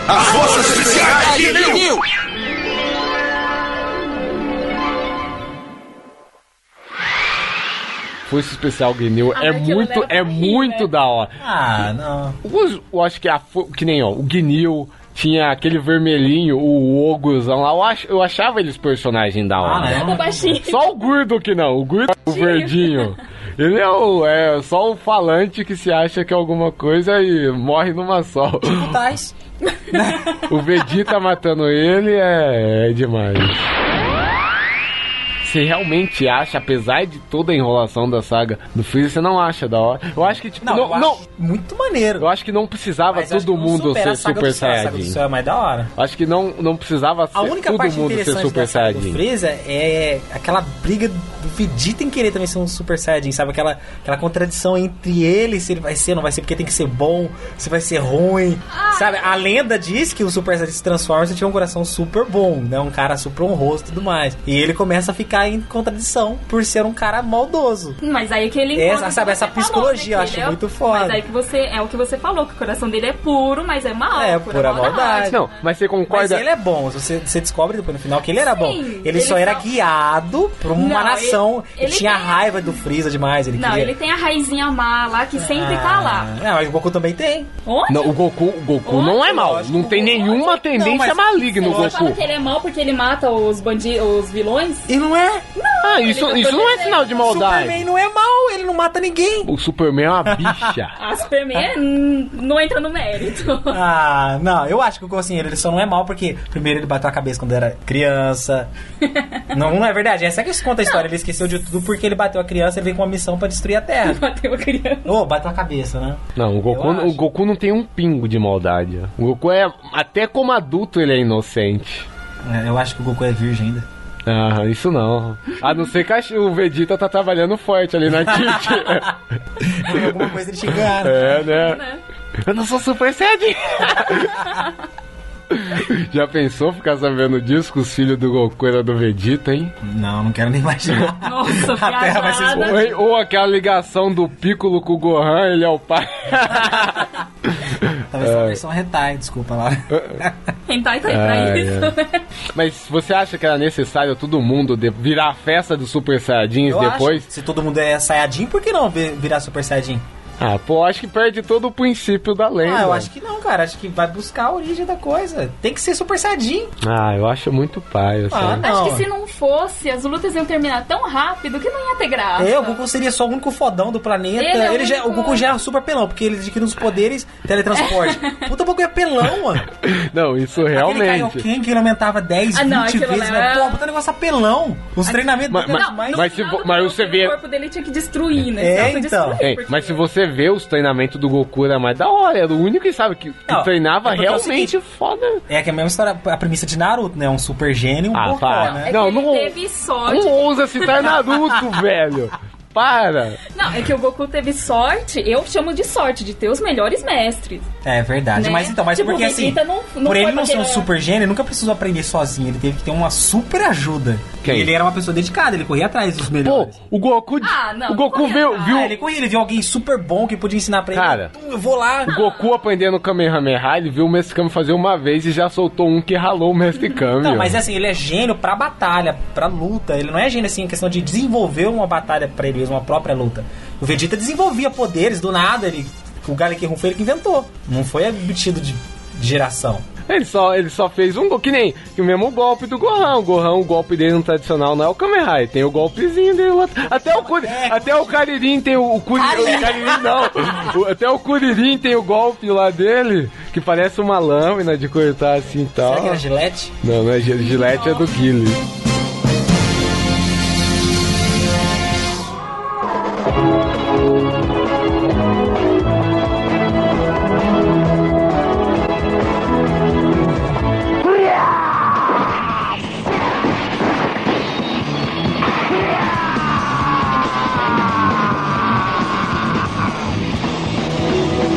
K: As forças especiais de Liu!
B: Força especial Guinel
C: Ah,
B: é
C: aquilo
B: muito,
C: leva pra
B: é
C: rir,
B: muito
C: né?
B: da hora.
G: Ah, não.
B: Os- eu acho que é a fo- que nem ó, o Gnil tinha aquele vermelhinho, o Oguzão lá. Eu, ach- eu achava eles personagem da hora.
G: Ah,
C: O
G: não.
C: baixinho.
B: Só o Gurdo que não, o Gurdo o verdinho. Ele é, o, é só o falante que se acha que é alguma coisa e morre numa só.
G: Tipo Tais.
B: O Vegeta matando ele é, é demais. Você realmente acha, apesar de toda a enrolação da saga do Freeza, você não acha da hora. Eu acho que, tipo,
G: Não,
B: não,
G: eu
B: não,
G: acho muito maneiro.
B: eu acho que não precisava
G: Mas acho que
B: todo
G: não
B: mundo
G: supera a
B: ser
G: saga do
B: Super
G: céu, A saga do
B: Saiyajin.
G: céu é mais da hora.
B: Acho que não, não precisava ser,
G: A única
B: todo
G: parte
B: mundo ser
G: interessante
B: Super
G: da saga do
B: Saiyajin.
G: Freeza é aquela briga do Vegeta em querer também ser um Super Saiyajin, sabe? Aquela, aquela contradição entre ele, se ele vai ser ou não vai ser, porque tem que ser bom, se vai ser ruim, sabe? A lenda diz que o Super Saiyajin se transforma se tiver um coração super bom, né? Um cara super honroso e tudo mais. E ele começa a ficar em contradição por ser um cara maldoso.
C: Mas aí é que ele.
G: Essa-
C: encontra o que
G: sabe, essa
C: você falou,
G: psicologia eu
C: né,
G: acho
C: que ele é-
G: muito foda.
C: Mas aí que você. É o que você falou, que o coração dele é puro, mas é mal.
G: É, pura maldade.
B: Não, mas você
G: Mas
B: concorda?
G: ele é bom, você, você descobre depois no final que ele era
C: Sim,
G: bom. Ele,
C: ele
G: só era
C: só-
G: guiado por uma
C: Não,
G: nação
C: ele-
G: que
C: ele
G: tinha
C: tem-
G: raiva do Freeza demais. Ele
C: Não,
G: queria...
C: ele tem a raizinha má lá que sempre tá lá.
G: Ah, mas o Goku também tem.
C: Onde?
B: Não, o Goku, o Goku não é mau.
G: Lógico,
B: Não tem
G: lógico.
B: nenhuma
G: Não,
B: tendência
G: mas-
B: maligna o
C: Você fala
B: Goku.
C: que ele é mal porque ele mata os bandidos, os vilões?
G: E não é?
B: Ah, isso,
C: ele
B: isso não é
C: desenho.
B: sinal de
G: O
B: maldade.
G: Superman não é mal, ele não mata ninguém.
B: O Superman é uma bicha.
C: A Superman hum, não entra no mérito.
G: Ah, não, eu acho que o Goku, ele só não é mal porque primeiro ele bateu a cabeça quando era criança. não, não é verdade, essa é que isso conta a história. Ele esqueceu de tudo porque ele bateu a criança, ele veio com uma missão pra destruir a Terra.
C: Bateu a criança.
G: Ô, bateu a cabeça, né?
B: Não, o Goku,
G: Eu acho.
B: o Goku não tem um pingo de maldade. O Goku é. Até como adulto ele é inocente.
G: É, Eu acho que o Goku é virgem ainda.
B: Ah, isso não. A não ser que a- o Vegeta tá trabalhando forte ali na Kit.
G: Tem alguma coisa ele chegar.
B: É, né? Eu não sou super saiyajin. Já pensou ficar sabendo disso que os filhos do Goku era do Vegeta, hein?
G: Não, não quero nem imaginar.
C: Nossa,
G: A Terra vai se
C: viajada.
G: explodir.
B: Ou, ou aquela ligação do Piccolo com o Gohan, ele é o pai.
G: talvez é. uma versão hentai, desculpa lá.
C: Hentai tá aí pra
B: Ah,
C: isso.
B: é. Mas você acha que era necessário todo mundo de- virar a festa do Super Saiyajins
G: Eu
B: depois?
G: acho, se todo mundo é Saiyajin, por que não vi- virar Super Saiyajin?
B: Ah, pô, acho que perde todo o princípio da lenda.
G: Ah, eu acho que não, cara. Acho que vai buscar a origem da coisa. Tem que Ah. ser Super Saiyajin.
B: Ah, eu acho muito assim. paia, sabe?
G: não.
C: Acho que se não fosse, as lutas iam terminar tão rápido que não ia ter graça.
G: É, o Goku seria só o único fodão do planeta.
C: Ele
G: Ele
C: é o
G: já,
C: único-
G: o Goku já é super pelão, porque ele adquiriu os poderes teletransporte. Puta, o Goku é pelão, mano.
B: Não, isso
G: Aquele
B: realmente.
G: Kaioken que ele aumentava 10,
C: Ah, não,
G: 20
C: aquilo
G: vezes.
C: lá
G: Né?
C: é-
G: Pô, puta negócio apelão. Os treinamentos
B: Mas-
G: dele
B: mas-
G: eram mais...
B: mas se vo- mas você vê-
C: O corpo dele tinha que destruir, né?
G: É,
C: Tinha que
G: então.
C: destruir,
B: Ei,
C: porque-
B: mas se você vê os treinamentos do Goku era mais da hora, era o único que sabe que, que
G: Não,
B: treinava
G: é porque é o
B: realmente
G: seguinte-
B: foda.
G: É que é a mesma história, a premissa de Naruto, né? Um super gênio, um
B: Ah,
G: bocó,
B: para.
G: né?
C: É
B: Não,
C: que ele
B: não-
C: teve sorte.
B: Não ousa citar Naruto, velho. Para!
C: Não, é que o Goku teve sorte, eu chamo de sorte, de ter os melhores mestres.
G: É verdade.
C: Né?
G: Mas então, mas
C: Tipo,
G: porque
C: o
G: assim,
C: Vegeta não- não
G: por ele
C: foi
G: não ser um
C: porque-
G: super gênio, ele nunca precisou aprender sozinho. Ele teve que ter uma super ajuda.
B: Quem?
G: Ele era uma pessoa dedicada, ele corria atrás dos
B: Pô,
G: melhores.
B: o Goku.
C: Ah, não,
B: o Goku
C: não
B: veio,
C: corre
B: viu
G: Ah, ele corria, ele viu alguém super bom que podia ensinar pra ele.
B: Cara.
G: Pum, eu vou lá.
B: O Goku aprendendo o Kamehameha, ele viu o Mestre Kami fazer uma vez e já soltou um que ralou o Mestre Kami.
G: Não, mas assim, ele é gênio pra batalha, pra luta. Ele não é gênio assim, em questão de desenvolver uma batalha pra ele mesmo, uma própria luta. O Vegeta desenvolvia poderes do nada, ele. O Garlic Rum foi ele que inventou. Não foi obtido de de geração.
B: Ele só, ele só fez um gol, que nem que o mesmo golpe do Gohan. O Gohan, o golpe dele no tradicional não é o Kamehameha, tem o golpezinho dele lá. Até o, Curi,
G: É.
B: até o Kuririn tem o, o Kuririn, o Kuririn não. O- até o Kuririn tem o golpe lá dele, que parece uma lâmina de cortar assim e tal.
G: Será que era Gillette?
B: Não, não é Gil- Gillette, é do Guile.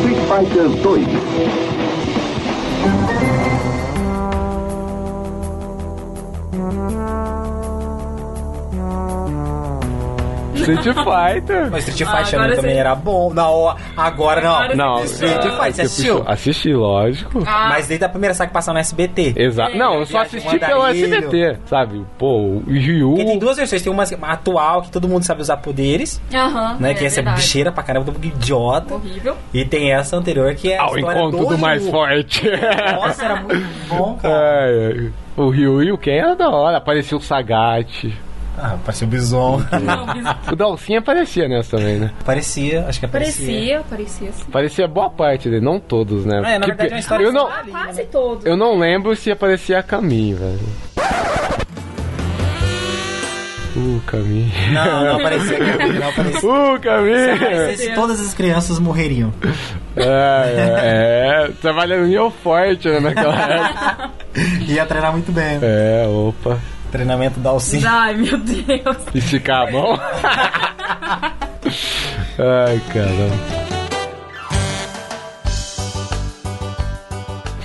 K: Street Fighters 2.
B: Street Fighter.
G: Mas Street
C: Ah,
G: Fighter
C: agora
G: também
C: você-
G: era bom. Na hora. Agora não.
C: Agora
B: Não,
G: Street
B: ah,
G: Fighter, você assistiu?
B: Assisti, lógico.
C: Ah,
G: Mas desde a primeira saga que passava no SBT.
B: Exato. Não, eu só
G: É, Viagem
B: assisti pelo
G: Andarilho.
B: SBT, sabe? Pô, o Ryu.
G: Porque tem duas versões. Tem uma atual, que todo mundo sabe usar poderes,
C: aham,
G: né? que essa é
C: verdade. Uhum.
G: bicheira pra caramba, todo mundo idiota.
C: Horrível.
G: E tem essa anterior, que é a
B: Ao
G: história
B: encontro do
G: Ryu.
B: mais forte.
G: Nossa, era muito bom, cara.
B: Ai, ai. o Ryu e o Ken era da hora. Aparecia o Sagat.
G: Ah, parecia o Bison.
C: Não, bis-
B: O Dalsin aparecia nessa também, né?
G: parecia, acho que aparecia.
C: parecia, parecia assim.
B: Aparecia boa parte dele, não todos, né?
G: É,
B: Que
G: na verdade
B: pe-
G: é uma história
B: eu, não,
G: que
C: Ah, quase todos.
B: eu não lembro se aparecia a Caminho, velho. O Caminho.
G: Não, não aparecia. cara, Não aparecia.
B: O Caminho!
G: Aparecesse, todas as crianças morreriam.
B: É, é, é. Trabalhando em Eu Forte né, naquela época.
G: Ia treinar muito bem.
B: É, opa.
G: Treinamento da Alcim.
C: Ai, meu Deus.
B: Esticar a mão. Ai, caramba.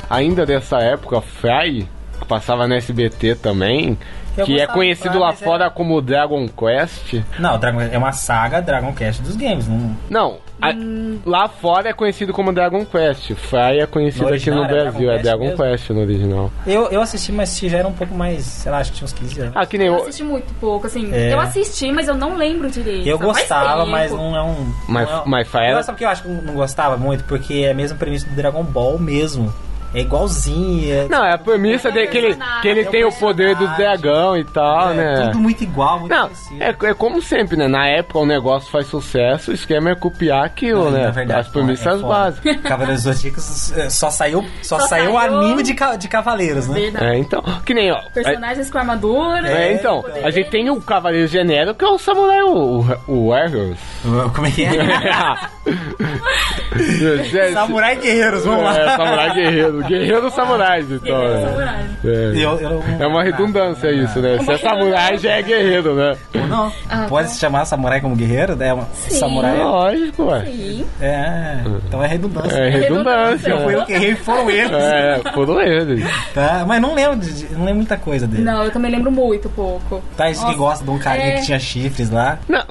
B: Ainda dessa época, Fry, que passava na SBT também,
G: Eu
B: que é
G: gostava
B: conhecido
G: do Fry,
B: lá
G: mas era-
B: fora como Dragon Quest.
G: Não, Dragon- é uma saga Dragon Quest dos games. Não,
B: Não, a-
G: Hum.
B: lá fora é conhecido como Dragon Quest. Fry é conhecido
G: No
B: aqui no
G: original era
B: Brasil, é
G: Dragon
B: Dragon
G: Quest
B: Quest no original.
G: Eu, eu assisti, mas assisti já era um pouco mais, sei lá, acho que tinha uns 15 anos.
B: Ah, que nem
C: Eu
B: o.
C: assisti muito pouco, assim.
G: É.
C: Eu assisti, mas eu não lembro direito.
G: Eu
C: só faz
G: gostava,
C: tempo.
G: mas não é um.
B: Mas-
G: não é um-
B: mas Fire-
G: Agora, Sabe o que eu acho que eu não gostava muito? Porque é a mesma premissa do Dragon Ball mesmo. É igualzinho. É,
B: Não, é a premissa
C: É um
B: de que ele, que ele
G: personagem,
B: tem
G: é
B: o
G: um
B: poder do
G: personagem.
B: dragão e tal,
G: é
B: né?
G: tudo muito igual, muito
B: Não,
G: parecido.
B: é, é como sempre, né? Na época o negócio faz sucesso, o esquema é copiar aquilo,
G: Não,
B: né?
G: na verdade,
B: As premissas
G: é foda.
B: básicas.
G: Cavaleiros do Zodíaco é, só saiu, só
C: Só
G: saiu o
C: saiu-
G: anime de, ca- de Cavaleiros, né?
C: Verdade.
B: É, então. Que nem, ó. É,
C: Personagens com armadura.
B: é, então, a gente tem o Cavaleiro Genérico, que é o Samurai o, o Warriors.
G: Como é que é? Samurai Guerreiros, vamos lá.
B: É, Samurai Guerreiro, Guerreiro Samurai, então.
C: Guerreiro
B: né?
C: Samurai.
B: É.
G: Eu- eu não-
B: é uma redundância isso, né? Se é samurai, já é guerreiro, né?
G: Não,
C: Ah,
G: pode
C: tá.
G: se chamar samurai como guerreiro? Né? Uma-
C: Sim.
G: Samurai é-
B: Lógico, ué.
C: Sim.
G: é. Então é redundância.
B: É redundância.
G: Não foi eu que errei, foram eles.
B: É, foram eles.
G: Tá? Mas não lembro, de- de- não lembro muita coisa dele.
C: Não, eu também lembro muito pouco.
G: Tá, isso que
C: Nossa,
G: gosta de um carinha
C: é.
G: que tinha chifres lá.
B: Não,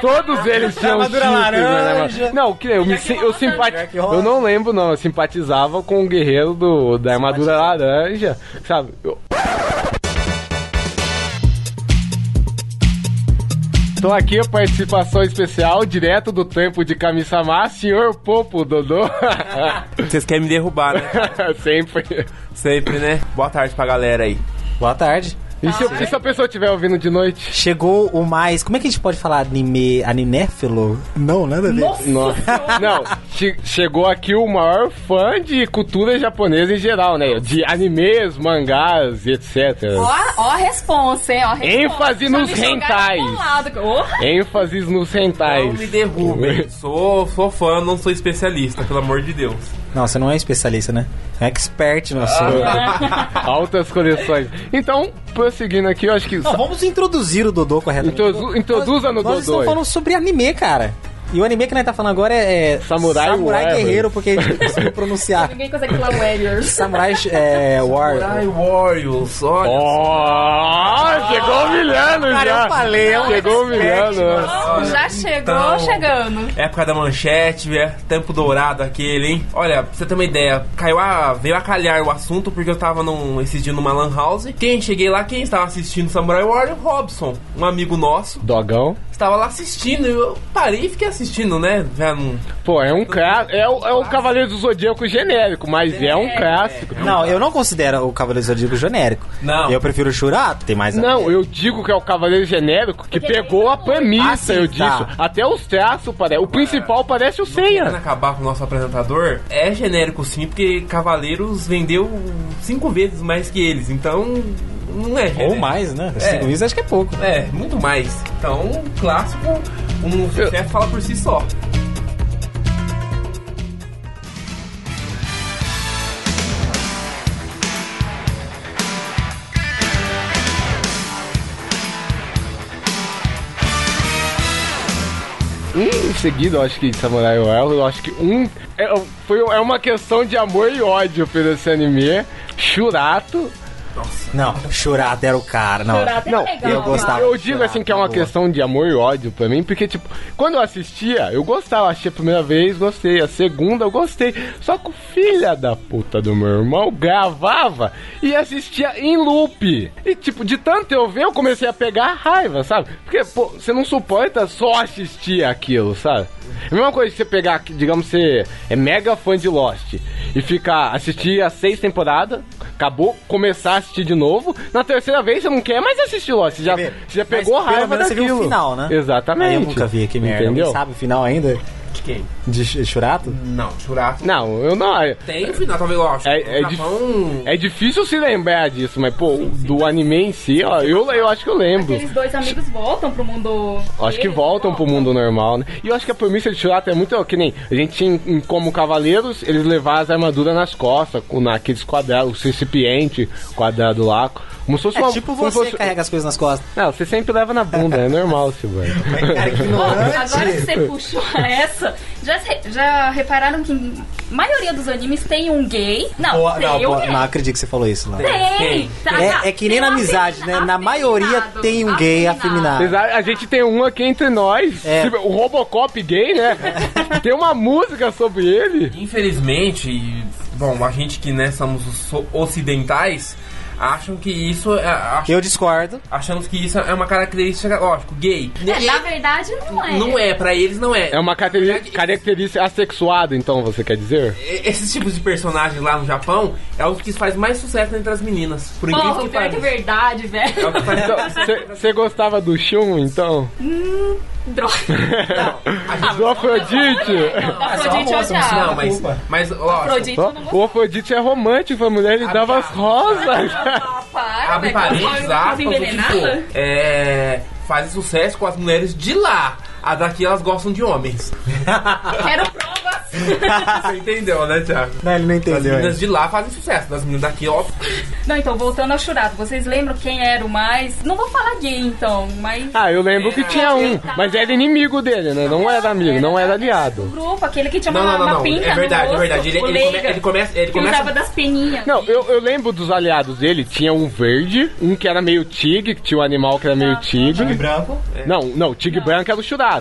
B: todos eles tinham
G: Rapadura
B: chifres, né?
G: laranja.
B: mas- Não, que eu me
C: Jack
B: sim- eu
C: Rosa.
B: simpati...
G: Jack Rosa.
B: Eu não lembro não, eu simpatizava com o guerreiro do da armadura laranja, sabe? Eu- Tô aqui a participação especial direto do tempo de Kami-sama, senhor Popo Dodô.
L: Vocês querem me derrubar, né?
B: Sempre.
L: Sempre, né? Boa tarde pra galera aí.
G: Boa tarde.
B: E se, e se a pessoa estiver ouvindo de noite?
G: Chegou o mais. Como é que a gente pode falar anime animéfilo? Não, nada a ver.
C: Nossa, Senhora.
B: Não, che- chegou aqui o maior fã de cultura japonesa em geral, né? De animes, mangás e etc.
C: Ó, ó a responsa, hein? Ó a responsa.
B: Ênfase
C: Já
B: nos
C: me jogaram
B: hentais.
C: pro lado. Ô,
B: ênfases nos
L: Não me
B: hentais.
L: derrubem. Sou, sou fã, não sou especialista, pelo amor de Deus.
G: Não, você não é especialista, né? É expert no
C: Ah.
G: assunto.
B: Altas coleções. Então, prosseguindo aqui, eu acho que.
G: Não, vamos introduzir o Dodô corretamente.
B: Introdu- introduza no
G: nós, Nós
B: Dodô aí.
G: estamos falando sobre anime, cara. E o anime que nós tá falando agora é, é
B: Samurai
G: Samurai
B: Warriors.
G: Guerreiro, porque a gente não conseguiu pronunciar.
C: Ninguém consegue falar Warriors.
G: Samurai é, War.
L: Ai, Warriors, olha.
B: Ó, chegou humilhando
G: Cara,
B: já.
G: eu falei, é um
B: chegou
G: expert,
B: humilhando. né?
C: Então, já chegou
L: Então.
C: chegando.
L: Época da manchete, é, tempo dourado aquele, hein? Olha, pra você ter uma ideia, caiu a, veio a calhar o assunto porque eu tava num, esses dias numa Lan House. Quem cheguei lá, quem estava assistindo Samurai Warrior? Robson, um amigo nosso.
B: Dogão.
L: Estava lá assistindo e eu parei e fiquei assistindo, né? Já não-
B: Pô, é um clássico. É, o- é o Cavaleiro do Zodíaco genérico, mas é um clássico.
G: Não, eu não considero o Cavaleiro do Zodíaco genérico.
L: Não.
G: Eu prefiro o Shurato, tem mais a
B: Não,
G: ver.
B: eu digo que é o Cavaleiro Genérico que pegou a premissa,
G: Ah, sim,
B: eu disse.
G: tá.
B: Até os traços parecem. O principal parece o
L: Querendo
B: Senha.
L: acabar com o nosso apresentador, é genérico sim, porque Cavaleiros vendeu cinco vezes mais que eles, então não é genérico.
G: Ou mais, né? Cinco vezes acho que é pouco.
L: É, muito mais. Então, um clássico, um sucesso fala por si só.
B: Um em seguida, eu acho que Samurai Warrior, eu acho que um. É, foi, é uma questão de amor e ódio pelo esse anime. Shurato.
G: Não, o Shurato era o cara. Não,
C: Shurato era
G: não
C: legal, né?
G: eu gostava.
B: Eu
G: do
B: digo
G: Shurato,
B: assim que é uma
G: boa.
B: questão de amor e ódio pra mim, porque, tipo, quando eu assistia, eu gostava, achei a primeira vez, gostei, a segunda eu gostei. Só que o filho da puta do meu irmão gravava e assistia em loop. E, tipo, de tanto eu ver, eu comecei a pegar raiva, sabe? Porque, pô, você não suporta só assistir aquilo, sabe? É a mesma coisa que você pegar, que, digamos, você é mega fã de Lost e ficar, assistir as seis temporadas, acabou, começar a assistir de novo, na terceira vez você não quer mais assistir Lost, você já,
G: Quer ver?
B: você já
G: Mas
B: pegou
G: pelo
B: raiva
G: menos você viu
B: daquilo.
G: o final, né?
B: Exatamente.
G: Aí eu nunca vi, que merda. Entendeu?
B: Entendeu?
G: Sabe o final ainda?
L: Quem?
G: De Sh- Shurato?
L: Não, Churato.
B: Não, eu não. É,
L: Tem um final, talvez eu acho.
B: é, é
L: Tá
B: dif-
L: bom.
B: é difícil se lembrar disso, mas, pô,
G: tá
B: do anime em si, ó, eu, eu acho que eu lembro.
C: Aqueles dois amigos voltam pro mundo.
B: Acho que
C: deles,
B: voltam pro mundo normal, né? E eu acho que a premissa de Shurato é muito ó, que nem a gente tinha em como cavaleiros, eles levavam as armaduras nas costas, com naqueles quadrados, o recipiente quadrado lá. Como se fosse
G: É
B: uma,
G: tipo
B: como se
G: você
B: fosse-
G: que carrega as coisas nas costas.
B: Não, você sempre leva na bunda, é normal, Silvano.
G: Cara, que
C: Ó,
G: ignorante.
C: Agora que você puxou essa, já, se- já repararam que a maioria dos animes tem um gay? Não,
G: Pô,
C: tem
G: não,
C: um
G: pô,
C: gay.
G: não acredito que você falou isso, não.
C: Tem! tá, tá,
G: É, é que
C: tem
G: nem na
C: um
G: amizade, né? Na
C: afeminado,
G: maioria tem um gay afeminado.
B: Vocês a- A gente tem um aqui entre nós,
G: É.
B: tipo, o Robocop gay, né? tem uma música sobre ele.
L: Infelizmente, e, bom, a gente que né, somos os so- ocidentais, acham que isso é. ach-
G: Eu discordo.
L: Achamos que isso é uma característica, lógico, gay.
C: É, na verdade, não é.
L: Não é, pra eles não é.
B: É uma caracteri- característica assexuada, então, você quer dizer?
L: E- Esses tipos de personagens lá no Japão é os que faz mais sucesso entre as meninas. Por
C: Porra,
L: incrível
C: o
L: que
C: pior que é
L: pareça.
C: verdade, velho.
L: É o que faz-
B: Então, Você gostava do Shun, então?
C: Droga.
B: Do Afrodite?
C: Da Afrodite eu
L: Não,
C: odiava.
L: mas, mas lógico,
C: Afrodite eu não
B: Ó, O Afrodite é romântico, a mulher lhe dava as rosas.
C: gostava. Para,
L: abre
C: velho. aquelas
L: parênteses,
C: coisas
L: aspas, o que
C: envenenadas.
L: for, é, faz sucesso com as mulheres de lá. A daqui elas gostam de homens.
C: Quero provas.
L: Você entendeu, né, Thiago?
D: Não, ele não
L: As
D: entendeu.
L: meninas
B: é.
D: ainda.
L: de lá fazem sucesso, das meninas daqui, ó.
C: Não, então, voltando ao Churato, vocês lembram quem era o mais. Não vou falar gay então, mas.
B: Ah, eu lembro que tinha um, mas era inimigo dele, né? Não era amigo, não era
C: O
B: aliado.
C: grupo, aquele que tinha
B: Não,
C: uma,
B: não, não,
C: uma
B: não,
C: pinta
B: é verdade,
C: no
B: é
C: rosto,
B: verdade. Ele- ele
C: o
B: come-
C: leiga,
B: ele começa- ele
C: que
B: começa-
C: usava das peninhas.
B: Não, eu, eu lembro dos aliados dele, tinha um verde, um que era meio tigre, que tinha um animal que era meio tigre.
G: Tigre branco?
L: é.
B: Não, não, o tigre branco era o Churato.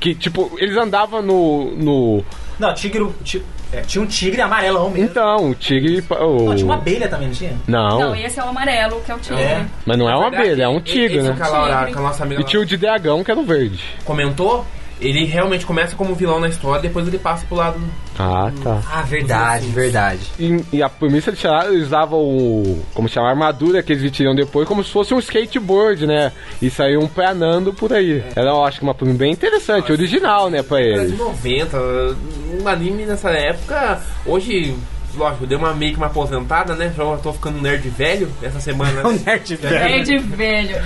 B: Que, tipo, eles andavam no. no...
G: Não, tigre. ti- é, tinha um tigre amarelão mesmo.
B: Então, o tigre. O...
G: Não, tinha uma abelha também, não tinha?
B: Não.
C: Não, esse é o amarelo, que é o tigre.
L: É.
B: Mas não é uma
L: Na verdade,
B: abelha, é um
L: esse
B: tigre, né?
L: que a Laura- que a nossa amiga
B: E tinha um o de dragão, que era o verde.
L: comentou, ele realmente começa como vilão na história, depois ele passa pro lado.
B: Ah, tá.
L: Ah, verdade,
D: verdade.
B: E, e a premissa de tirar, eles usavam o. Como chama? A armadura que eles vestiram depois, como se fosse um skateboard, né? E saíam planando por aí.
G: É.
B: Era, eu acho que uma premissa bem interessante, original, né, pra
L: Era de
B: eles.
L: 90, um anime nessa época, hoje. Lógico, eu dei uma meio que uma aposentada, né? Já tô ficando nerd velho essa semana. né?
G: um nerd
C: É de velho.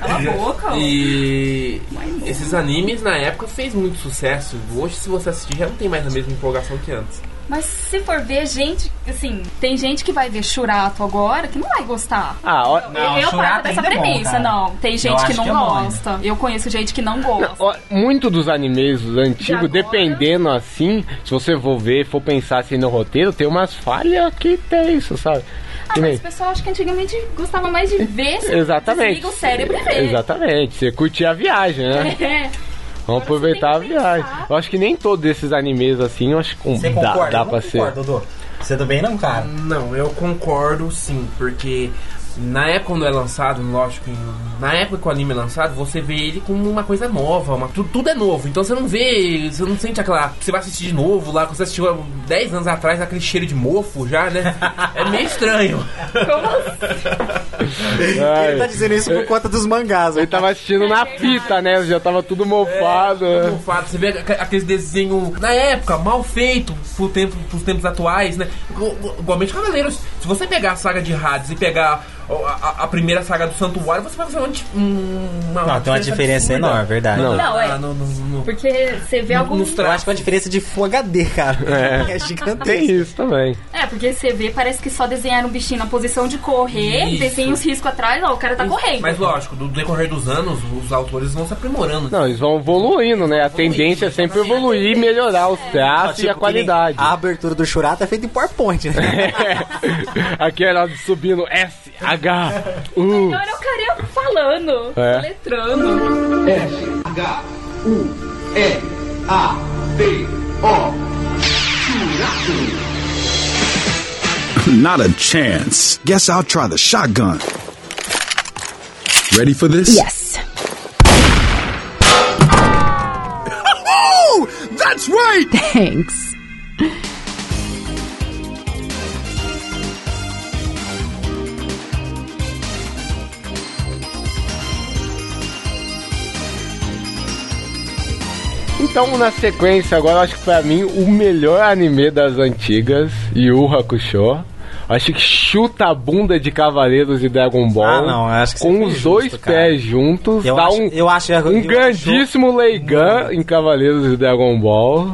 C: Cala a boca, ó.
L: E esses animes na época fez muito sucesso. Hoje, se você assistir, já não tem mais a mesma empolgação que antes.
C: Mas se for ver, gente, assim, tem gente que vai ver Churato agora que não vai gostar.
B: Ah, ó,
C: Eu- eu parto dessa
B: é
C: premissa, não. Tem gente que não gosta. eu conheço gente que não gosta.
B: Ó, Muito dos animes antigos,
C: De agora-
B: dependendo assim, se você for ver e for pensar assim no roteiro, tem umas falhas que tem isso, sabe?
C: Ah,
B: Que nem-
C: mas o pessoal acho que antigamente gostava mais de ver se
B: Exatamente.
C: desliga o cérebro e ver.
B: Exatamente, você curtir a viagem, né?
C: É.
B: Vamos aproveitar a viagem. Eu acho que nem todos esses animes assim, eu acho que um-
G: Você
B: dá,
G: concorda?
B: dá
G: Eu não
B: pra ser.
G: concordo, Dodô. Você também não, cara?
L: Não, eu concordo sim, porque na época quando é lançado, lógico, em- na época que o anime é lançado, você vê ele como uma coisa nova, uma, tudo, tudo é novo. Então você não vê, você não sente aquela. Você vai assistir de novo lá, quando você assistiu há 10 anos atrás, aquele cheiro de mofo já, né? É meio estranho.
D: Ele tá dizendo isso por conta dos mangás.
B: Ele tava assistindo
C: É
B: na fita, né? Já tava tudo mofado.
L: É, como fato, você vê aqu- aqueles desenhos, na época, mal feito pro tempo, pros tempos atuais, né? Gu- gu- Igualmente Cavaleiros. Se você pegar a saga de Hades e pegar o- a, a primeira saga do Santuário, você vai fazer uma, di- um- uma
G: Não, tem uma diferença
L: absurda.
G: enorme, é verdade.
L: Não, Ah,
C: Não, é.
L: não, não, não, não.
C: Porque você vê
B: um
C: alguns.
G: Eu acho que é uma diferença de Full HD, cara. É, gigantesco.
B: Tem isso também.
C: É, porque você vê, parece que só desenharam um bichinho na posição de correr,
L: Isso.
C: desenha os riscos atrás, ó, o cara tá correndo.
L: Mas lógico, do decorrer dos anos, os autores vão se aprimorando.
B: Não, eles vão evoluindo, né? A tendência é sempre evoluir, melhorar os
G: Tá,
B: traços
G: tipo
B: e Assim, a qualidade.
D: tipo,
B: É.
D: A abertura do Churato é feita em PowerPoint, né?
B: Aquela é subindo S, H, U.
C: Agora eu queria falando,
B: É.
C: letrando.
K: A, B, O.
M: Not a chance. Guess I'll try the shotgun. Ready for this? Yes.
K: Oh, that's right.
N: Thanks.
B: Então, na sequência, agora eu acho que pra mim o melhor anime das antigas, Yu Hakusho. Acho que chuta a bunda de Cavaleiros e Dragon Ball.
G: Ah, não, eu acho que você
B: Com
G: foi
B: os
G: justo,
B: dois
G: cara.
B: pés juntos,
G: Eu
B: dá
G: acho-
B: um,
G: eu acho-
D: é
G: eu
B: um
G: acho- Hum.
B: grandíssimo Leigan em Cavaleiros e Dragon Ball.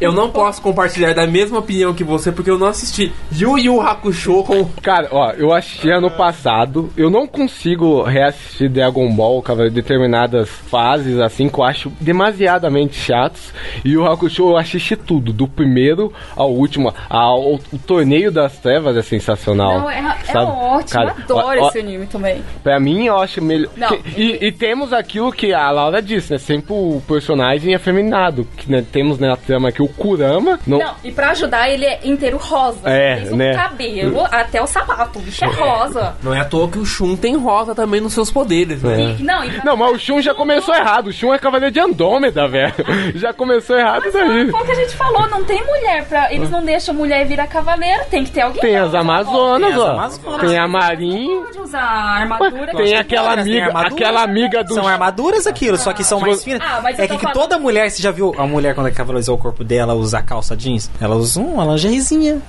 L: Eu não posso compartilhar da mesma opinião que você, porque eu não assisti Yu Yu Hakusho com
B: Cara, ó, eu assisti ano passado. Eu não consigo reassistir Dragon Ball, cara, determinadas fases, assim, que eu acho demasiadamente chatos. E o Hakusho eu assisti tudo, do primeiro ao último. Ao, o Torneio das Trevas é sensacional.
C: Não, é, é
B: sabe?
C: ótimo,
B: Cara,
C: adoro
B: ó- ó,
C: esse anime também.
B: Pra mim, eu acho melhor.
C: Não.
B: que- e, e temos aquilo que a Laura disse, né? Sempre o personagem afeminado. Que né, temos na trama aqui o Kurama.
C: Não.
B: Não,
C: e pra ajudar, ele é inteiro rosa.
B: É,
C: Desde
B: né?
C: o cabelo até o sapato. O bicho é rosa.
L: Não é à toa que o Shun tem rosa também nos seus poderes, né?
C: E- não, e pra
B: Não, mas o Shun já começou errado. O Shun é cavaleiro de Andômeda, velho. Já começou errado daí.
C: Foi o Ah, que a gente falou, não tem mulher pra. Eles não deixam mulher virar cavaleiro, tem que ter alguém.
B: Ah. Tem
C: pra
B: as Amazonas,
C: Tem as
B: ó.
C: Amazonas.
B: Tem a Marim.
C: Pode usar a armadura. que
B: Tem
C: você
B: aquela
C: compra.
B: amiga,
D: armaduras?
B: aquela amiga do
D: São armaduras aquilo, só que são mais finas.
C: Ah, mas
D: é
C: eu tô
D: que, que
C: falando-
D: toda mulher, você já viu a mulher quando ela quer valorizar o corpo dela, usar calça jeans? Ela usa uma um, lingeriezinha.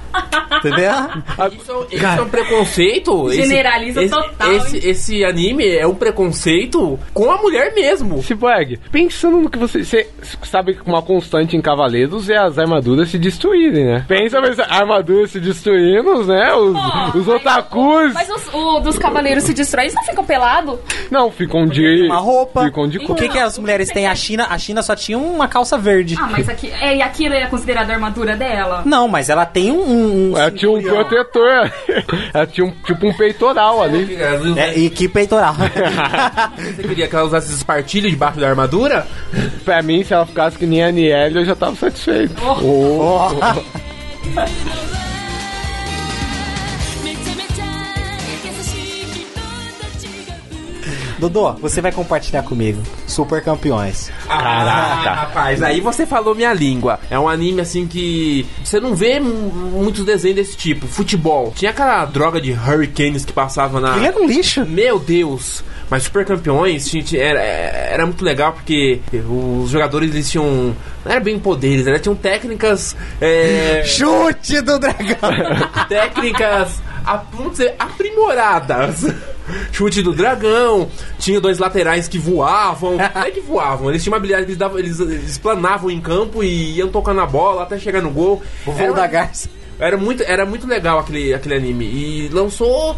D: Entendeu?
L: Isso, isso é um preconceito? Esse-
C: Generaliza
L: esse,
C: total,
L: Esse, esse anime é um preconceito com a mulher mesmo.
B: Cyborg, Tipo, é, pensando no que você. Você sabe que uma constante em Cavaleiros é as armaduras se destruírem, né? Pensa mesmo, armaduras se destruindo, né? Os, os otakus
C: Oh, Mas os, o dos cavaleiros se destrói, eles não ficam pelados?
B: não um ficam de.
D: Uma roupa.
B: Ficam de
D: O que, que as mulheres têm? A China, a China só tinha uma calça verde.
C: Ah, mas aqui, é, e aquilo é considerado a armadura dela?
D: Não, mas ela tem um. um, um
B: Ela tinha um
D: cinturão.
B: protetor. Ela tinha um, tipo um peitoral ali.
D: É, e que peitoral.
L: Você queria que ela usasse espartilho debaixo da armadura?
B: pra mim, se ela ficasse que nem a Aniele, eu já tava satisfeito.
L: Oh.
D: Dodô, você vai compartilhar comigo. Super campeões.
L: Caraca. Ah, rapaz, aí você falou minha língua. É um anime assim que você não vê m- muitos desenhos desse tipo. Futebol. Tinha aquela droga de Hurricanes que passava na.
D: Ele era um lixo.
L: Meu Deus. Mas Super Campeões, gente, era, era muito legal porque os jogadores eles tinham. Não era bem poderes, né? Tinham técnicas. é,
D: Chute do dragão!
L: técnicas a- vamos dizer, aprimoradas. Chute do dragão, tinha dois laterais que voavam. Não é que voavam, eles tinham uma habilidade que eles, davam, eles, eles planavam em campo e iam tocando a bola até chegar no gol.
D: O voo da garça.
L: Era muito, era muito legal aquele, aquele anime. E lançou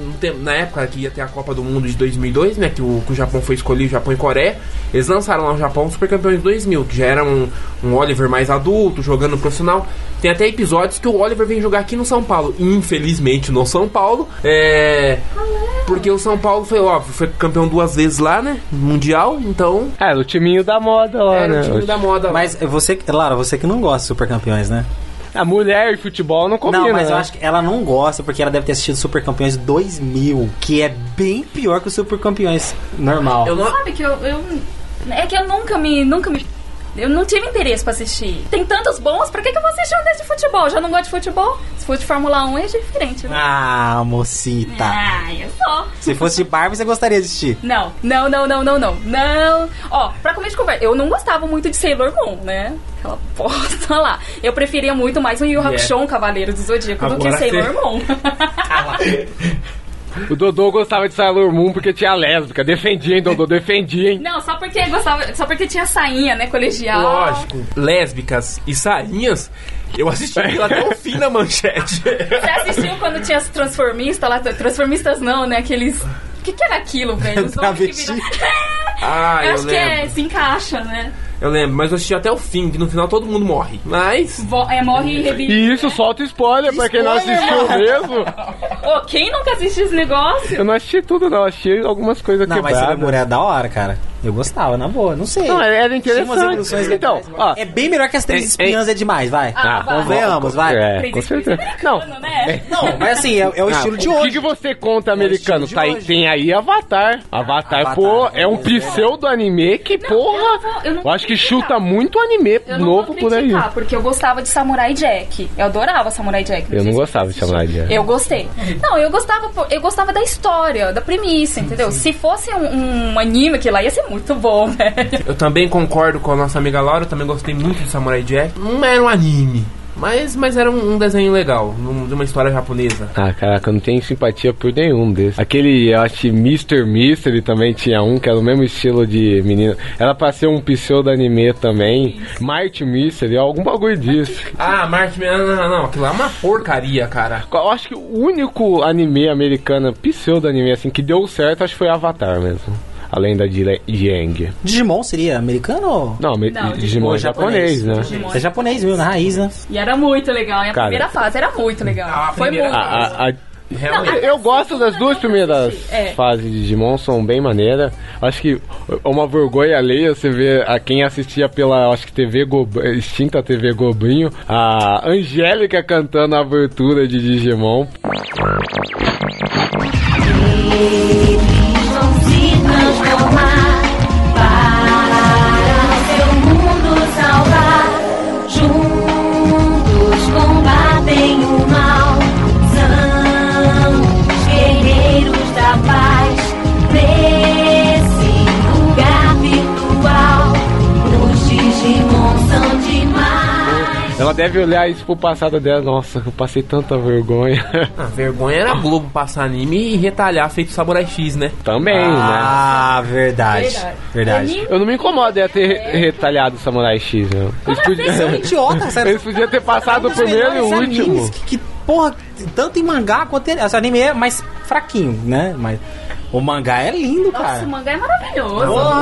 L: um tempo- na época que ia ter a Copa do Mundo de 2002, né? Que o, que o Japão foi escolher, o Japão e Coreia. Eles lançaram lá no Japão o Super Campeões 2000, que já era um, um Oliver mais adulto, jogando profissional. Tem até episódios que o Oliver vem jogar aqui no São Paulo. Infelizmente, no São Paulo. É. Porque o São Paulo foi, óbvio, foi campeão duas vezes lá, né? Mundial, então.
B: Era o timinho da moda
D: É,
B: lá,
L: Era
B: né?
L: o time da moda.
D: Mas você, Lara, você que não gosta de super campeões, né?
B: A mulher e futebol não combinam.
D: não, mas eu
B: né?
D: acho que ela não gosta porque ela deve ter assistido Super Campeões 2000, que é bem pior que o Super Campeões normal.
L: Eu não-
C: Sabe que eu, eu- É que eu nunca me. Nunca me. Eu não tive interesse pra assistir. Tem tantos bons, pra que, que eu vou assistir um desse de futebol? Eu Já não gosto de futebol? Se for de Fórmula 1 é diferente, né?
D: Ah, mocita.
B: tá.
C: Ah, eu sou.
D: Se fosse de Barbie, você gostaria de assistir.
C: Não, não, não, não, não, não. Não. Ó, pra começo de conversa, eu não gostava muito de Sailor Moon, né? Aquela bosta lá. Eu preferia muito mais um Yu Hakusho, um Cavaleiro do Zodíaco, do que
B: Agora
C: Sailor
B: você-
C: Moon.
B: O Dodô gostava de Sailor Moon porque tinha lésbica. Defendia, hein, Dodô? Defendia, hein?
C: Não, só porque gostava, só porque tinha sainha, né, colegial.
L: Lógico, lésbicas e sainhas, eu assisti aquilo até o fim da manchete.
C: Você assistiu quando tinha as transformistas lá? Transformistas não, né? Aqueles. O que, que era aquilo, velho? Os homens que viram-
L: Ah,
C: eu
L: eu,
C: acho que
L: lembro.
C: é, se encaixa, né?
L: Eu lembro, mas eu assisti até o fim, que no final todo mundo morre. Mas.
C: Vo- é, morre e revive.
B: E isso solta spoiler, pra quem não assistiu mesmo.
C: Ô, quem nunca assistiu esse negócio?
B: Eu não assisti tudo, não. Achei algumas coisas
D: Não, mas Sailor
B: quebradas.
D: Moon é era da hora, cara. Eu gostava, na boa, não sei.
B: Não, era
D: Tinha umas
B: interessante.
D: evoluções
B: Então,
D: legais.
B: ó.
D: é bem melhor que as três
B: É-
D: espiãs, é, demais, vai.
C: Ah, vai.
D: Convenhamos, vai.
B: É, com certeza. Não,
C: Né?
D: Não, mas assim, é, é o
B: Ah,
D: estilo de
B: o
D: hoje. É
B: que, que você conta americano?
D: de
B: Tá aí-
D: hoje.
B: tem aí Avatar. Avatar,
D: Avatar,
B: pô,
D: é
B: é um pseudo anime que, porra,
C: eu
B: eu,
C: não vou- eu não vou
B: acho que
C: criticar.
B: chuta muito anime
C: Eu não
B: novo
C: vou
B: por aí.
C: criticar, porque eu gostava de Samurai Jack. Eu adorava Samurai Jack.
B: Eu não gostava de chamar de.
C: Eu gostei. Não, eu gostava, pô, eu gostava da história, da premissa, entendeu? Se fosse um, um anime que lá ia ser muito bom, né?
L: Eu também concordo com a nossa amiga Laura, eu também gostei muito de Samurai Jack. Não era um anime, mas, mas era um, um desenho legal, um- de uma história japonesa.
B: Ah, caraca, eu não tenho simpatia por nenhum desses. Aquele, eu acho que Mr. Mystery também tinha um, que era o mesmo estilo de menina. Ela passou um pseudo anime também. Marte Mystery, algum bagulho disso.
L: Ah, Martin, não, não, não, não, aquilo lá é uma porcaria, cara.
B: Eu acho que o único anime americano, pseudo anime, assim, que deu certo, acho que foi Avatar mesmo. Além da Jire- Yang.
D: Digimon seria americano ou...
B: Não, me-
C: Não,
B: Digimon é japonês, né?
D: É japonês mesmo, na raiz, né?
C: E era muito legal. E a
B: Cara,
C: primeira fase era muito legal.
L: a
C: Foi
L: primeira-
C: muito.
B: A- a- a-
L: Realmente.
B: eu gosto das duas primeiras
C: É.
B: fases de Digimon, são bem maneira. Acho que é uma vergonha alheia você ver a quem assistia pela, acho que TV Gob- extinta TV Gobinho, a Angélica cantando a abertura de Digimon. Ela deve olhar isso pro passado dela. Nossa, eu passei tanta vergonha.
L: Ah, vergonha era a Globo passar anime e retalhar feito Samurai X, né?
B: Também, né?
G: Ah, verdade. É Verdade.
B: Eu não me incomodo de ter re- retalhado o Samurai X, meu. Eles
G: Eles são idiotas, sério.
B: Eles podiam ter passado é o
G: Os
B: primeiro e o
G: melhores
B: último.
G: animes Que, que, porra, tanto em mangá quanto em... Esse anime é mais fraquinho, né? Mas o mangá é lindo,
C: Nossa,
G: cara.
C: o mangá é maravilhoso.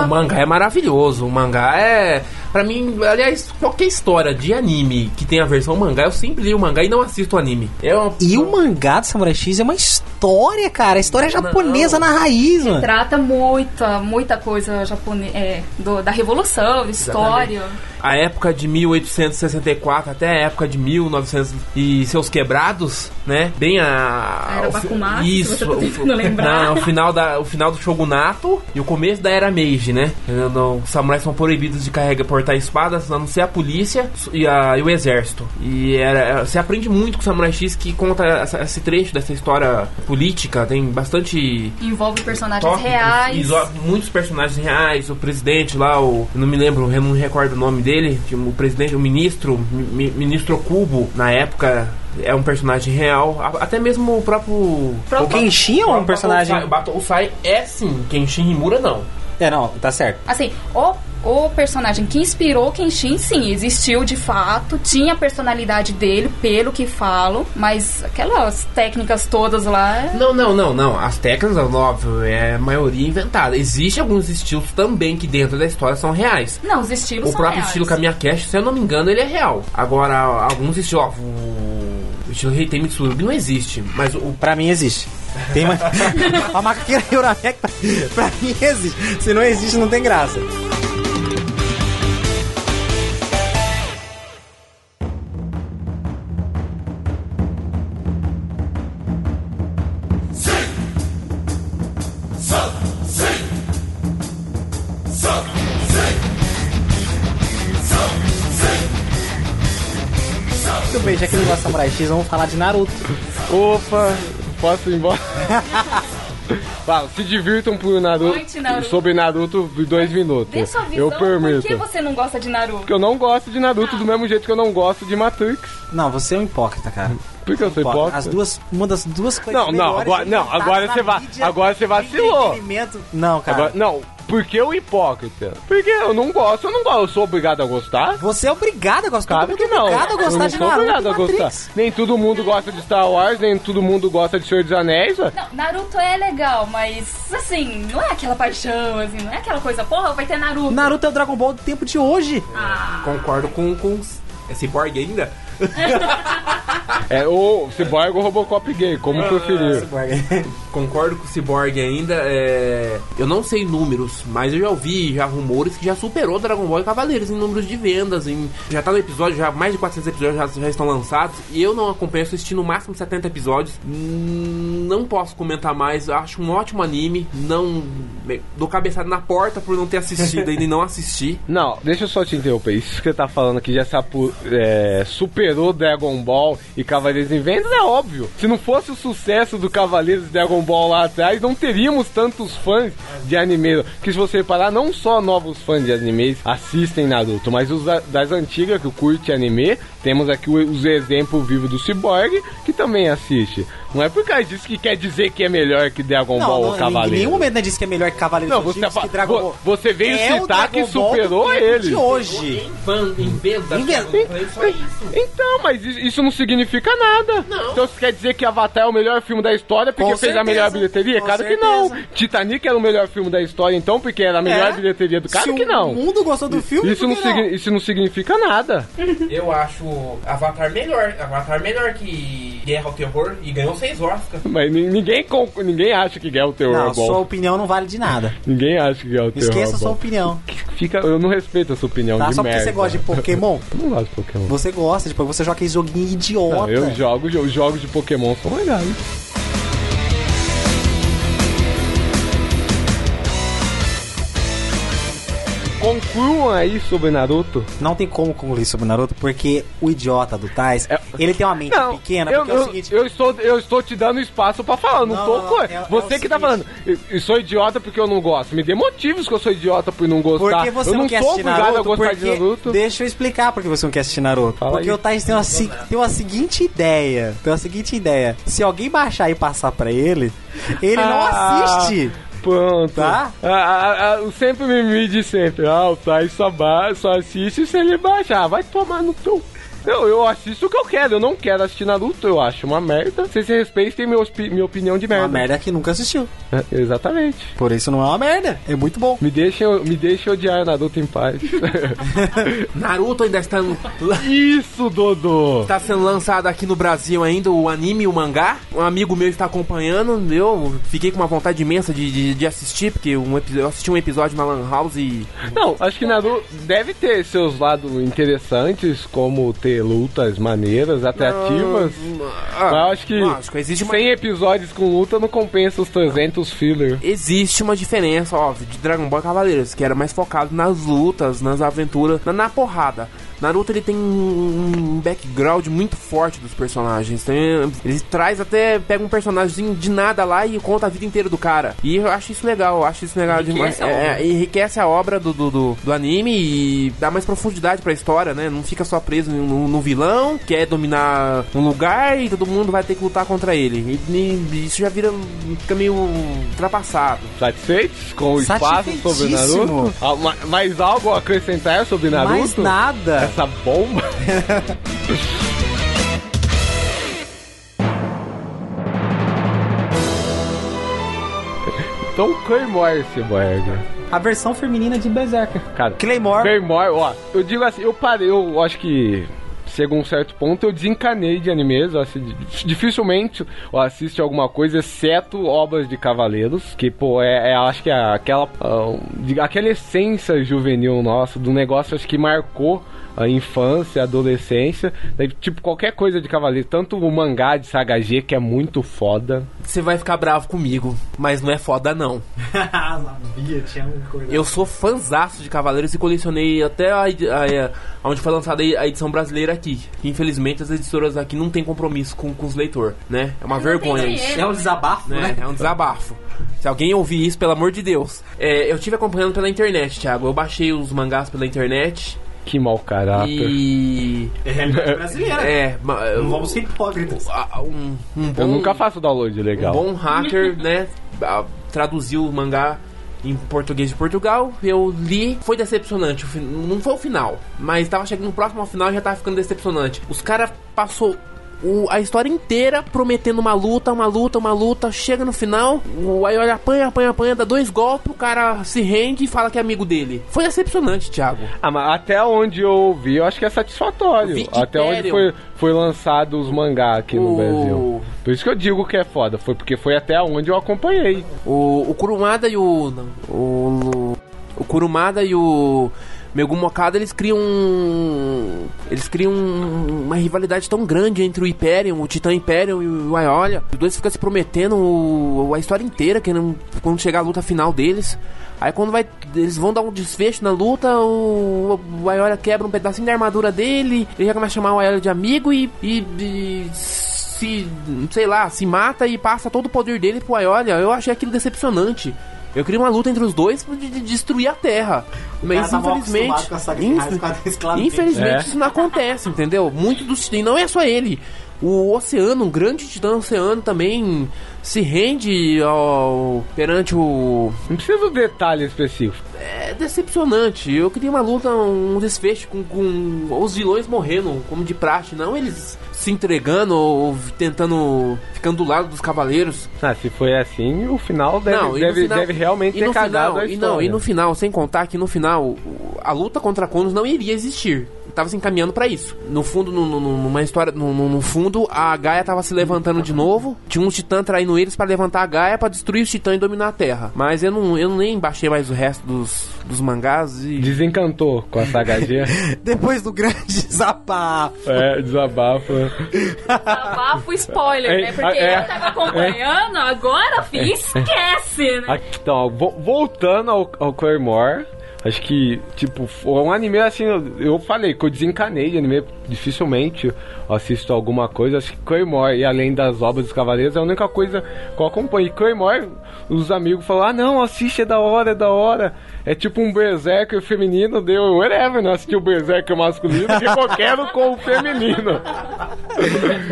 L: O mangá é maravilhoso. O mangá é. Pra mim, aliás, qualquer história de anime que tem a versão mangá, eu sempre li o mangá e não assisto o anime. Eu...
G: E o mangá do Samurai X é uma história, cara. A história é japonesa na raiz, mano.
C: Trata muita, muita coisa japonesa, é, do- da revolução, história.
L: A época de 1864 até a época de 1900 e seus quebrados, né? Bem a.
C: Era
L: o fi-
C: Bakumatsu, se
L: Isso.
C: você tá tentando
L: o-
C: lembrar.
L: Não, o final, da, o final do Shogunato e o começo da Era Meiji, né? No- no- Os samurais são proibidos de carregar, portar espadas, a não ser a polícia e, a- e o exército. E era, você aprende muito com o Samurai X que conta essa- esse trecho dessa história política. Tem bastante
C: Envolve personagens
L: Tópicos,
C: reais.
L: iso- muitos personagens reais, o presidente lá, o, eu não me lembro, eu não recordo o nome dele, tinha o presidente, o ministro, mi- mi- ministro Cubo, na época é um personagem real, a- até mesmo o próprio...
G: O Kenshin é um personagem...
L: O Bato Sai é sim, Kenshin Himura não.
G: É, não, tá certo.
C: Assim, o, o personagem que inspirou Kenshin, sim, existiu de fato, tinha a personalidade dele, pelo que falo, mas aquelas técnicas todas lá.
L: Não, não, não, não. As técnicas, óbvio, é a maioria inventada. Existem alguns estilos também que dentro da história são reais.
C: Não, os estilos
L: O
C: são
L: próprio
C: reais.
L: estilo Kamiya Cash, se eu não me engano, ele é real. Agora, alguns estilos. ó, O estilo Heitei Mitsurugi não existe, mas o.
G: Pra mim existe. Tem uma... a macaqueira Euramek, pra, pra mim existe. Se não existe, não tem graça. Muito bem, já que não gosta de Samurai X, vamos falar de Naruto.
B: Opa, posso ir embora? Fala, se divirtam por Naruto,
C: Noite, Naruto.
B: sobre Naruto de dois minutos.
C: Dê sua visão,
B: eu permito.
C: por que você Tá. não gosta de Naruto?
B: Porque eu não gosto de Naruto do mesmo jeito que eu não gosto de Matrix.
G: Não, você é um hipócrita, cara.
B: Por que eu sou Um hipócrita?
G: As duas, uma das duas coisas
B: Não, não, agora, não, agora você va agora você vacilou.
G: Não, cara.
B: Agora, não, porque o hipócrita? Porque eu não gosto, eu não gosto, eu sou obrigado a gostar.
G: Você é obrigado a gostar. é
B: Claro que não.
G: obrigado a gostar
B: eu não
G: de
B: sou
G: Naruto
B: obrigado a
G: e Matrix.
B: gostar. Nem todo mundo gosta de Star Wars, nem todo mundo gosta de Senhor dos Anéis. ué.
C: Naruto é legal, mas assim, não é aquela paixão, assim, não é aquela coisa, porra, vai ter Naruto.
G: Naruto é o Dragon Ball do tempo de hoje.
L: Concordo com. com esse Borg ainda?
B: É ou Cyborg ou Robocop gay, como preferir.
L: Concordo com o Cyborg ainda. é, Eu não sei números, mas eu já ouvi já rumores que já superou Dragon Ball e Cavaleiros em números de vendas. Em... Já tá no episódio, já mais de 400 episódios já, já estão lançados. E eu não acompanho, eu assisti no máximo 70 episódios. Hum, Não posso comentar mais. eu Acho um ótimo anime. Não me- dou cabeçada na porta por não ter assistido ainda e não assisti.
B: Não, deixa eu só te interromper. Isso que você tá falando que já sapu- é, superou Dragon Ball e Cavaleiros em Vendas é óbvio. Se não fosse o sucesso do Cavaleiros e Dragon Ball lá atrás, não teríamos tantos fãs de anime. Porque se você reparar, não só novos fãs de animes assistem Naruto, mas os da- das antigas que curte anime, temos aqui o- os exemplos vivos do Cyborg, que também assiste. Não é por causa disso que quer dizer que é melhor que Dragon
G: Não,
B: Ball
G: não,
B: ou
G: em
B: Cavaleiros.
G: nenhum momento não disse que é melhor que Cavaleiros
B: Não, você
G: Antigos,
B: fa-
G: que Dragon
B: vo-
G: Ball.
B: você veio
G: é o
B: citar que
G: Dragon Ball do
B: superou
G: tempo
B: ele.
G: De hoje.
L: Inventa.
B: Então, mas i- isso não significa nada. Então você quer dizer que Avatar é o melhor filme da história porque
G: Com
B: fez a melhor
G: certeza.
B: bilheteria?
G: Com
B: claro que não.
G: certeza.
B: Titanic era o melhor filme da história, então, porque era a melhor
G: É.
B: bilheteria do
G: Se
B: Claro que não.
G: o mundo gostou do filme,
B: isso,
G: por
B: não
G: que
B: signi- isso não significa nada.
L: Eu acho Avatar melhor. Avatar melhor que Guerra ao Terror e ganhou seis Oscars.
B: Mas ni- ninguém, con- ninguém acha que Guerra o Terror
G: Não,
B: é bom.
G: sua opinião não vale de nada.
B: Ninguém acha que Guerra o Terror
G: Esqueça
B: é
G: sua
B: bom.
G: opinião.
B: Fica, eu não respeito a sua opinião
G: Tá?
B: de
G: Só porque
B: merda.
G: você gosta de Pokémon?
B: Eu não gosto de Pokémon.
G: Você gosta, tipo, você joga aquele joguinho idiota.
B: Não, eu jogo, os jogos de Pokémon são legais. Com concluam aí sobre Naruto.
D: Não tem como concluir sobre Naruto, porque o idiota do Tais,
G: É,
D: ele tem uma mente
B: Não,
D: pequena,
B: eu,
D: porque é o
B: eu-
D: seguinte.
B: eu estou, eu estou te dando espaço pra falar, eu não,
D: Não,
B: tô.
D: não,
B: co-
D: é- é o
B: você que tá
D: seguinte.
B: falando, eu, eu sou idiota porque eu não gosto. Me dê motivos que eu sou idiota por não gostar.
D: Porque você
B: tá. eu
D: não,
B: não,
D: quer
B: sou
D: assistir
B: obrigado
D: Naruto,
B: a gostar
D: porque...
B: de Naruto.
D: Deixa eu explicar porque você não quer assistir Naruto. porque
B: aí.
D: o Tais tem uma, se- tem uma seguinte ideia. Tem uma seguinte ideia. Se alguém baixar e passar pra ele, ele
B: Ah,
D: não assiste.
B: Pronto.
D: Tá?
B: Ah, ah, ah, o sempre me mide sempre. Ah, o Thais só, ba- só assiste se ele baixar. Vai tomar no teu. Eu, eu assisto o que eu quero, eu não quero assistir Naruto, eu acho uma merda. Vocês se respeitem minha, ospi- minha opinião de merda.
D: É Uma merda que nunca assistiu.
B: É, exatamente.
D: Por isso não é uma merda, é muito bom.
B: Me deixem me deixa odiar Naruto em paz.
L: Naruto ainda está no-
B: Isso, Dodô!
L: Está sendo lançado aqui no Brasil ainda o anime e o mangá. Um amigo meu está acompanhando. Eu fiquei com uma vontade imensa de, de, de assistir, porque um, epi- eu assisti um episódio na Lan House e.
B: Não, acho que Naruto deve ter seus lados interessantes, como ter lutas maneiras, atrativas.
L: Ah,
B: mas eu acho que
L: lógico, existe uma-
B: 100 episódios com luta não compensa os 300 filler.
L: Existe uma diferença, óbvio, de Dragon Ball e Cavaleiros, que era mais focado nas lutas, nas aventuras, na, na porrada. Naruto ele tem um um background muito forte dos personagens. Tem, ele traz até. pega um personagem de nada lá e conta a vida inteira do cara. E eu acho isso legal, eu acho isso legal
N: Enriquece
L: demais.
N: a
L: É,
N: obra.
L: é, enriquece a obra do, do, do, do anime e dá mais profundidade pra história, né? Não fica só preso no, no vilão, quer dominar um lugar e todo mundo vai ter que lutar contra ele. E, e isso já vira. fica meio ultrapassado.
B: Satisfeitos com o espaço sobre
L: Satisfeitíssimo.
B: Naruto? Ah, ma- Mais algo a acrescentar sobre Naruto?
D: Mais nada.
B: Essa bomba? então, Claymore esse Berger.
G: A versão feminina de Berserker.
B: Cara,
D: Claymore.
B: Claymore, ó. Eu digo assim, eu parei, eu acho que. Chegou um certo ponto, eu desencanei de animes. Eu assi- dificilmente eu assisto alguma coisa, exceto obras de cavaleiros. Que, pô, é, é, acho que é aquela, ah, um, diga- aquela essência juvenil nossa, do negócio acho que marcou a infância, a adolescência. Daí, tipo, qualquer coisa de cavaleiro. Tanto o mangá de Saga G, que é muito foda.
L: Você vai ficar bravo comigo, mas não é foda não.
G: Sabia, tinha um coisa.
L: Eu sou fanzaço de Cavaleiros e colecionei até a, edi- a- é, onde foi lançada a edição brasileira aqui. Infelizmente as editoras aqui não têm compromisso com, com os leitores, né? É uma vergonha isso.
G: É um desabafo,
L: né?
G: né?
L: É um desabafo. Se alguém ouvir isso, pelo amor de Deus. É, eu tive acompanhando pela internet, Thiago. Eu baixei os mangás pela internet.
B: Que mau caráter.
L: E.
G: É realidade brasileira.
L: É, ma-
G: Não vamos ser hipócritas.
L: Um, um
B: Eu
L: bom-
B: nunca faço download legal.
L: um bom hacker, né? a- Traduziu o mangá em português de Portugal. Eu li, foi decepcionante. o fin- Não foi o final, mas tava chegando próximo ao final e já tava ficando decepcionante. Os caras passou o- a história inteira prometendo uma luta, uma luta, uma luta. Chega no final, o Ayori apanha, apanha, apanha, dá dois golpes, o cara se rende e fala que é amigo dele. Foi decepcionante, Thiago.
B: Ah, mas até onde eu vi, eu acho que é satisfatório.
L: Wikipedia.
B: Até onde foi, foi lançado os mangá aqui no
L: O-
B: Brasil. Por isso que eu digo que é foda, foi porque foi até onde eu acompanhei.
L: O, o Kurumada e o, não, o. O Kurumada e o. Megumokada, eles criam. um- Eles criam um- uma rivalidade tão grande entre o Hyperion, o Titã Hyperion e o Aiolia. Os dois ficam se prometendo o- a história inteira, que não, quando chegar a luta final deles. Aí quando vai, eles vão dar um desfecho na luta, o, o Aiolia quebra um pedacinho da armadura dele, ele já começa a chamar o Aiolia de amigo e, e- e se, sei lá, se mata e passa todo o poder dele pro Aiolia. Eu achei aquilo decepcionante. Eu queria uma luta entre os dois de, de destruir a Terra. Mas
G: tava
L: infelizmente,
G: tá acostumado com a sacrifício,
L: inf-
G: com a escravidão.
L: infelizmente
G: É.
L: isso não acontece, entendeu? Muito dos titãs, não é só ele. O Oceano, um grande titã Oceano também se rende ao perante o
B: Não precisa de detalhe específico.
L: é decepcionante. Eu queria uma luta, um desfecho com, com os vilões morrendo, como de praxe, não eles se entregando ou tentando ficando do lado dos cavaleiros.
B: Ah, se foi assim, o final deve,
L: Não, e no
B: deve,
L: final-
B: deve realmente
L: e
B: ter
L: no
B: cagado
L: final,
B: a
L: e
B: história.
L: não, e no final, sem contar que no final o- a luta contra Cronos não iria existir. Tava se encaminhando pra isso. No fundo, no- no- no- numa história, no, no- no fundo, a Gaia tava se levantando de novo. Tinha um titã traindo eles pra levantar a Gaia pra destruir os titãs e dominar a Terra. Mas eu não, eu nem baixei mais o resto dos, dos mangás e
B: Desencantou com a Saga G.
D: Depois do grande desabafo.
B: é, desabafa.
C: Abafo spoiler, né? Porque
B: É, é,
C: eu tava acompanhando, agora, filho,
B: É.
C: esquece, né?
B: Aqui, Então, ó, vo- voltando ao, ao Claymore, Acho que, tipo, um anime assim, eu, eu falei que eu desencanei de anime, dificilmente eu assisto alguma coisa. Acho que Claymore, e além das obras dos Cavaleiros, é a única coisa que eu acompanho. E Claymore, os amigos falam, ah não, assiste, é da hora, é da hora. É tipo um Berserker feminino, deu whatever, né? Assistir o Berserker masculino que qualquer um com o feminino.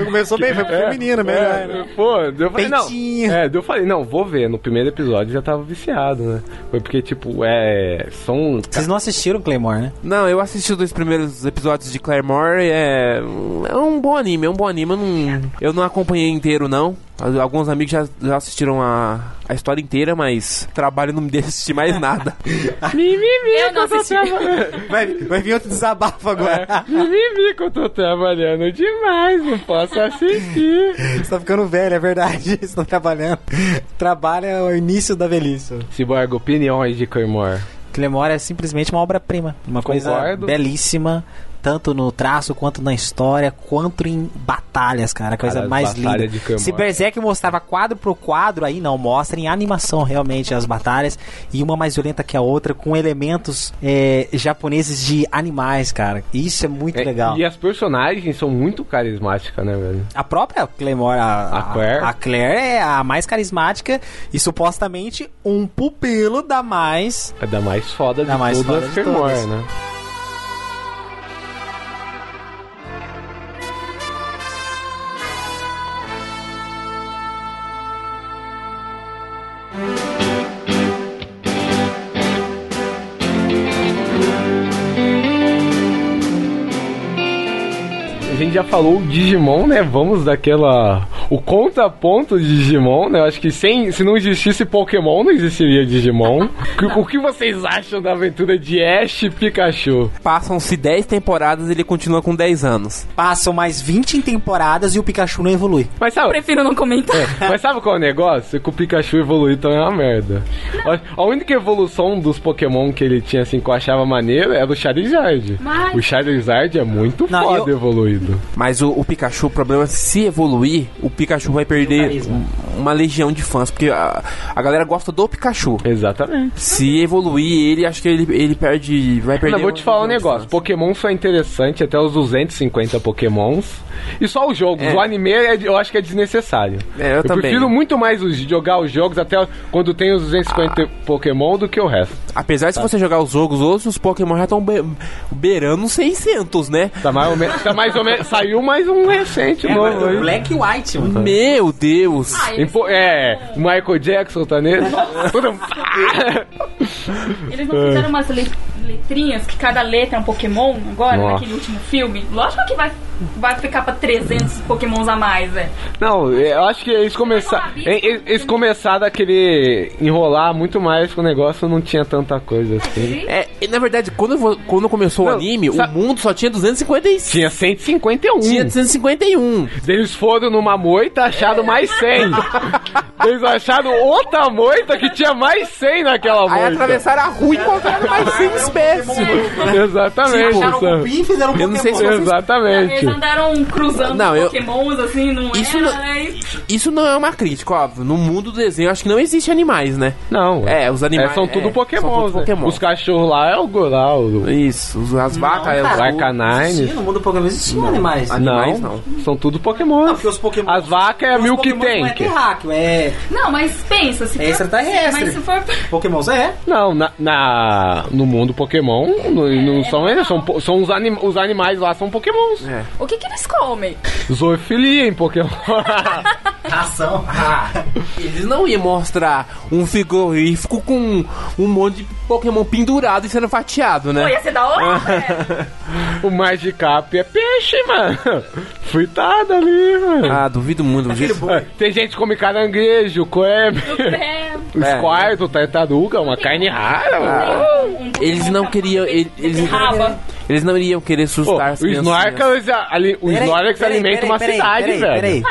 G: Começou bem, foi pro feminino mesmo.
B: É,
G: né?
B: Pô, eu falei, não.
G: Peitinho.
B: É, daí eu falei, não, vou ver. No primeiro episódio já tava viciado, né? Foi porque, tipo, é. São.
G: Vocês não assistiram Claymore, né?
L: Não, eu assisti os dois primeiros episódios de Claremore. É, é um bom anime, é um bom anime. Eu não, eu não acompanhei inteiro, não. Alguns amigos já, já assistiram a, a história inteira, mas o trabalho não me deixa assistir mais nada.
B: Mimimi,
C: Eu não assisti.
G: Vai, vai vir outro desabafo agora.
B: Mimimi que eu tô trabalhando demais, não posso assistir.
G: Você tá ficando velho, é verdade. Você tá trabalhando. Trabalha é o início da velhice.
B: Ciborgo, opiniões de Claymore.
G: Clemore é simplesmente uma obra-prima. Uma coisa
B: Concordo.
G: belíssima, tanto no traço, quanto na história, quanto em batalhas, cara. A coisa
B: Cara,
G: mais
B: batalha
G: linda.
B: de Clemore.
G: Se Berserk mostrava quadro pro quadro, aí não, mostra em animação realmente as batalhas. E uma mais violenta que a outra, com elementos é, japoneses de animais, cara. E Isso é muito
B: É,
G: legal.
B: E as personagens são muito carismáticas, né, velho?
G: A própria Claymore, a,
B: A Claire.
G: a Claire é a mais carismática e supostamente um pupilo da mais
B: É da mais foda
G: Da
B: de
G: mais
B: todas
G: foda
B: as
G: de
B: Claymore,
G: todas.
B: né? A gente já falou o Digimon, né? Vamos daquela. O contraponto de Digimon, né? Eu acho que sem, se não existisse Pokémon, não existiria Digimon. Que- o que vocês acham da aventura de Ash e Pikachu?
L: Passam-se 10 temporadas e ele continua com 10 anos.
G: Passam mais 20 temporadas e o Pikachu não evolui.
B: Mas sabe,
C: Prefiro não comentar.
B: mas sabe qual é o negócio? Que o Pikachu evoluir também é uma merda. A, a única evolução dos Pokémon que ele tinha, assim, que eu achava maneiro era o Charizard.
C: Mas-
B: O Charizard é muito
G: Não,
B: foda
G: eu-
B: evoluído.
L: Mas o, o Pikachu, o problema é se evoluir, o Pikachu vai perder
G: Carisma.
L: um- uma legião de fãs, porque a, a galera gosta do Pikachu.
B: Exatamente.
L: Se evoluir ele, acho que ele, ele perde. Vai perder.
B: Não, vou
L: uma
B: te falar um
L: legião de
B: negócio. Pokémon só é interessante até os 250 Pokémons. E só os jogos.
L: É.
B: O anime é- eu acho que é desnecessário.
L: É, eu também.
B: prefiro muito mais os- jogar os jogos até quando tem os 250 Pokémon do que o resto.
L: fãs. Apesar de se você jogar os jogos hoje, os Pokémon já estão be beirando 600, né?
B: Tá mais ou menos. tá mais ou menos. Saiu mais um recente novo aí.
G: Black e White,
L: Uhum.
G: mano.
L: Meu Deus!
C: Ah, eles,
B: Impo- é, o Michael Jackson tá nele. Todo-
C: eles não fizeram umas le- letrinhas que cada letra é um Pokémon agora,
B: Nossa.
C: naquele último filme? Lógico que vai, vai ficar pra 300 Pokémons a mais, é. velho.
B: Não, eu acho que eles começaram. Eles começaram a querer enrolar muito mais com o negócio, não tinha tanta coisa assim.
L: É, e na verdade, quando, eu vou- quando começou
B: Não,
L: o anime,
B: sa-
L: o mundo só tinha 255.
B: Tinha 151.
L: Tinha 251.
B: Eles foram numa moita, acharam mais 100. Eles acharam outra moita que tinha mais 100 naquela
L: Aí
B: moita.
L: atravessaram a rua e encontraram mais 100 espécies.
B: Exatamente,
G: né? Acharam o
B: sabe?
G: cupim e fizeram um
L: Eu não sei se-
G: Pokémon.
C: Eles
B: Exatamente.
C: andaram cruzando
L: Não, eu-
C: Pokémons assim, não
L: Isso
C: era,
L: não-
C: né? E-
L: Isso não é uma crítica, óbvio. No mundo do desenho, acho que não existe animais, né?
B: Não.
L: É, os animais.
B: é, são tudo
L: é, são
B: Pokémons,
L: tudo
B: né?
L: Pokémon.
B: Os cachorros lá é o Goral, o
L: Isso, os- as vacas, é, os
B: o Arcanine.
G: Sim, Ah, no mundo do Pokémon existiam animais.
L: Animais,
B: não,
L: não.
B: são tudo Pokémon.
G: porque os Pokémon.
B: As vacas é
G: os
B: Milk
G: Pokémon Não é
B: Tank.
G: terráqueo, é.
C: Não, mas pensa, se
G: É extraterrestre.
C: Mas se for.
G: Pokémon é.
B: Não, na, na- no mundo Pokémon, não, não são eles, são, po- são os, anim, os animais lá são Pokémons.
C: O que que eles comem?
B: Zoofilia em Pokémon.
G: Ração.
L: Eles não iam mostrar um frigorífico com um monte de Pokémon pendurado e sendo fatiado,
C: Pô,
L: né?
C: ia ser da
B: Ah.
C: hora, velho.
B: O Magikarp é peixe, mano. Fritada ali, mano.
L: Ah, duvido muito disso.
B: Tem gente que come caranguejo, coelho,
C: É,
L: É.
B: esquarto, tartaruga, uma carne rara, mano.
C: um- um
L: Eles não queriam. ele- Eles,
C: Raba.
L: eles não iriam querer
B: Pô,
L: assustar as
B: o
L: criancinhas.
B: Snorlax, ali, o Snorlax alimenta uma cidade, velho.
G: Peraí.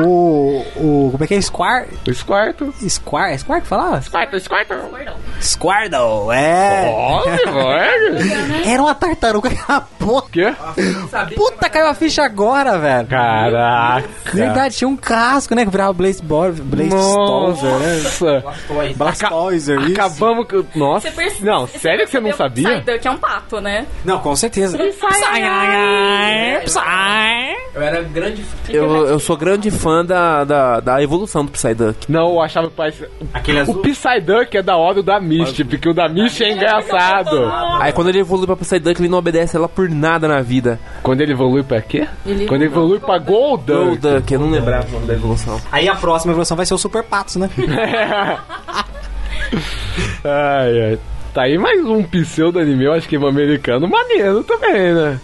G: O. O. Como é que é? Squar.
B: O Squarto.
G: Squar? É Squar que falava?
B: Squarto, Squarto.
C: Perdão.
G: Squirtle, é.
B: Olha, velho.
G: Era uma tartaruga que a boca.
B: Quê?
G: Puta, caiu a ficha agora, velho.
B: Caraca.
G: Verdade, tinha um casco, né? Que virava Blaze Bor- Blaze Stolzer, né?
B: Nossa.
G: Blastoiser, isso.
B: Acabamos com. Nossa. Não, sério que você não sabia?
C: Psyduck é um pato, né?
G: Não, com certeza.
L: Eu era grande fã. Eu, eu sou grande fã da, da, da evolução do Psyduck.
B: Não, eu achava que parecia-
L: Aquele
B: O Psyduck é da hora do da Misty, porque o da Misty é engraçado.
L: Aí quando ele evolui pra Psyduck, ele não obedece ela por nada na vida.
B: Quando ele evolui pra quê?
L: Ele-
B: Quando ele evolui pra Golduck.
L: Golduck, eu não lembrava o nome da evolução.
G: Aí a próxima evolução vai ser o Super Patos, né?
B: Ai, ai. Tá aí mais um pseudo anime, eu acho que é um americano maneiro também, né?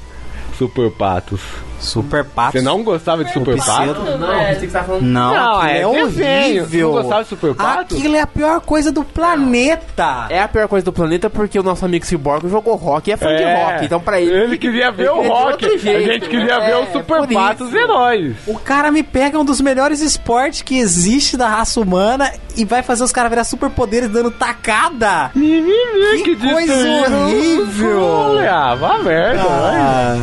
B: Super Patos.
G: Super Patos?
B: Você não gostava de Super
G: Pseudo,
B: Patos?
L: Não, pensei que você tava falando.
G: Não,
B: Não,
G: aquilo
B: é
G: é,
B: desenho.
G: horrível.
B: Não gostava de Super Patos?
G: Aquilo é a pior coisa do planeta.
L: É a pior coisa do planeta porque o nosso amigo Cyborg jogou rock e é fã de
B: É.
L: rock. Então pra ele.
B: Ele queria ver o
L: de
B: rock,
L: outro jeito.
B: a gente queria
L: É,
B: ver os Super
L: por
B: Patos
L: isso.
B: heróis.
G: O cara me pega um dos melhores esportes que existe da raça humana e vai fazer os caras virar superpoderes dando tacada.
B: Mimimi, que,
G: coisa
B: destruíram o
G: horrível.
B: Olha, Ah, vá merda, vai.
G: Ah.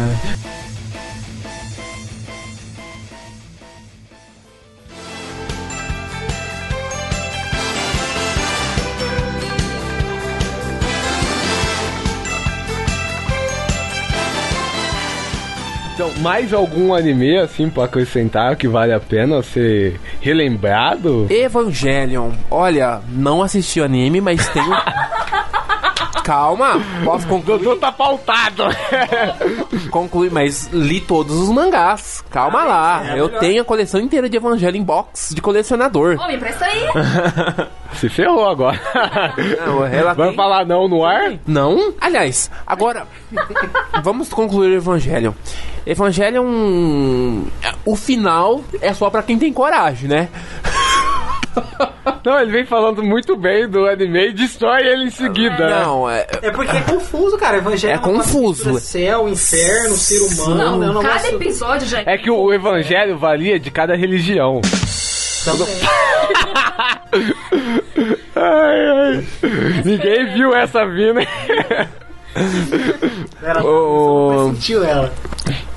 B: Então, mais algum anime, assim, pra acrescentar que vale a pena ser relembrado?
L: Evangelion. Olha, não assisti o anime, mas tem um. Calma, posso concluir?
B: Dudu tá pautado.
L: concluir, mas li todos os mangás. Calma lá.
C: é
L: eu
C: melhor.
L: tenho a coleção inteira de Evangelho em box de colecionador.
C: Ô, me empresta aí.
B: Se ferrou agora.
L: Não, ela
B: Vai
L: tem-
B: falar não no ar?
L: Não? Aliás, agora vamos concluir o Evangelho. Evangelho é um, o final é só pra quem tem coragem, né?
B: Não, ele vem falando muito bem do anime e destrói ele em seguida. né?
L: Não, é
F: É porque é confuso, cara. Evangelho
L: É
F: uma coisa
L: confuso.
F: mistura
G: É
F: Céu, inferno, ser humano. é um
C: Não, cada
F: negócio-
C: episódio já
B: É que o evangelho valia de cada religião. Ai, ai. Ninguém viu essa vindo.
L: o,
F: Sentiu ela.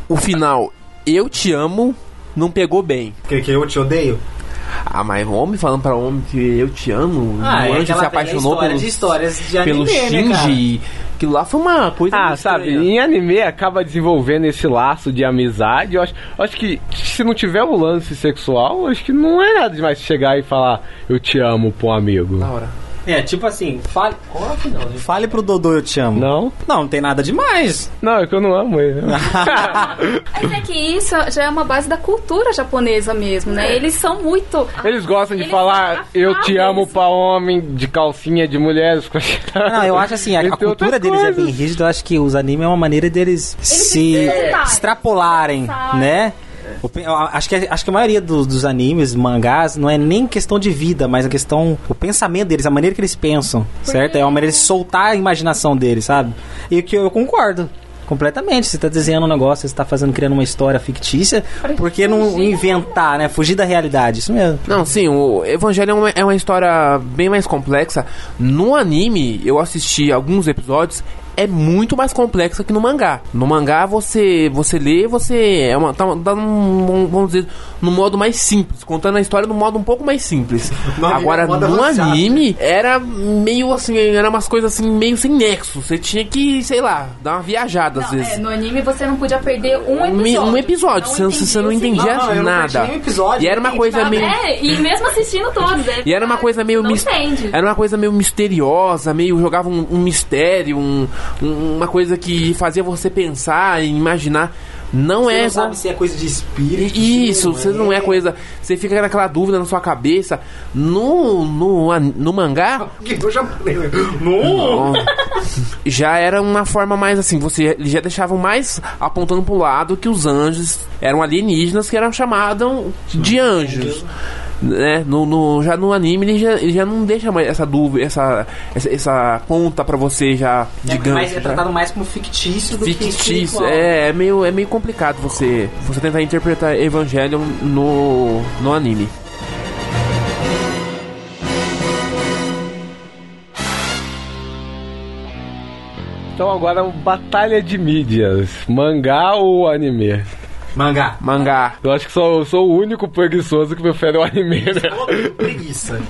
L: o final eu te amo não pegou bem.
F: Que, que eu te odeio?
L: Ah, mas homem falando pra homem que eu te amo,
F: Ah,
L: o
F: é
L: Um anjo
F: aquela
L: se apaixonou
F: velha
L: pelo,
F: história de histórias de
L: pelo
F: anime, né, cara?
L: Shinji. Aquilo lá foi uma coisa
B: Ah,
L: muito
B: sabe,
L: estranha.
B: em anime acaba desenvolvendo esse laço de amizade. Eu acho, eu acho que se não tiver o lance sexual, eu acho que não é nada demais chegar e falar eu te amo pra um amigo.
L: Da hora.
F: É, tipo assim, fale. Qual é o final? gente?
G: Fale pro Dodô, eu te amo.
B: Não?
G: Não, não tem nada demais.
B: Não, é que eu não amo ele.
C: Mas é que isso já é uma base da cultura japonesa mesmo, né?
L: É.
C: Eles são muito.
B: Eles gostam de
C: Eles
B: falar
C: são
B: eu te
C: afáveis.
B: amo pra homem, de calcinha de mulheres.
G: Não, eu acho assim, a, a
B: Eles têm outras
G: cultura deles é
B: coisas.
G: bem rígida. Eu acho que os animes é uma maneira deles se
C: exercitarem,
G: extrapolarem,
C: expressarem.
G: né? Opi- eu Acho que, acho que a maioria dos, dos animes, mangás, não é nem questão de vida, mas a questão, o pensamento deles, a maneira que eles pensam, certo? É uma maneira de soltar a imaginação deles, sabe? E que eu concordo. Completamente, você tá desenhando um negócio, você tá fazendo, criando uma história fictícia, por que não inventar, né? Fugir da realidade, isso mesmo.
L: Não, sim, o Evangelho é uma, é uma história bem mais complexa. No anime, eu assisti alguns episódios, é muito mais complexa que no mangá. No mangá, você você lê, você é uma, tá, tá num, vamos dizer, no modo mais simples, contando a história num modo um pouco mais simples.
F: No anime é
L: Agora,
F: um modo
L: no
F: avançado. né?
L: anime, era meio assim, era umas coisas assim, meio sem nexo. Você tinha que, sei lá, dar uma viajada às
C: Não, é,
L: vezes.
C: no anime você não podia perder um
L: Um e-
C: episódio.
L: um episódio,
C: Não
L: você-
C: entendi
L: você não
C: o
L: entendia
F: Não, eu não perdi
L: nada.
F: nenhum episódio,
L: e era uma
F: entendi
L: coisa
C: seguinte.
L: meio.
C: É, e mesmo assistindo todos. É,
L: E era uma coisa meio
C: Não
L: mis-
C: entende.
L: era uma coisa meio misteriosa, meio jogava um, um mistério, um- um- uma coisa que fazia você pensar e imaginar. Não
F: Você
L: é
F: não sabe
L: exa-
F: se é coisa de espírito.
L: isso,
F: se
L: você não é coisa. Você fica naquela dúvida na sua cabeça. No no, an- no mangá
F: Ah, Que eu já falei. Não!
L: ó, já era uma forma mais assim, você eles já deixavam mais apontando pro lado que os anjos eram alienígenas que eram chamados de anjos né? No, no- já no anime ele já, ele já não deixa mais essa dúvida, essa, essa, essa ponta pra você já né? de gancho.
F: Mas é
L: já.
F: tratado mais como fictício do que
L: Fictício,
F: espiritual.
L: é, é meio, é meio complicado você, você tentar interpretar Evangelion no, no anime.
B: Então agora batalha de mídias. Mangá ou anime?
G: Mangá.
B: Mangá. Eu acho que sou, eu sou o único preguiçoso que prefere o anime, né?
G: Preguiça.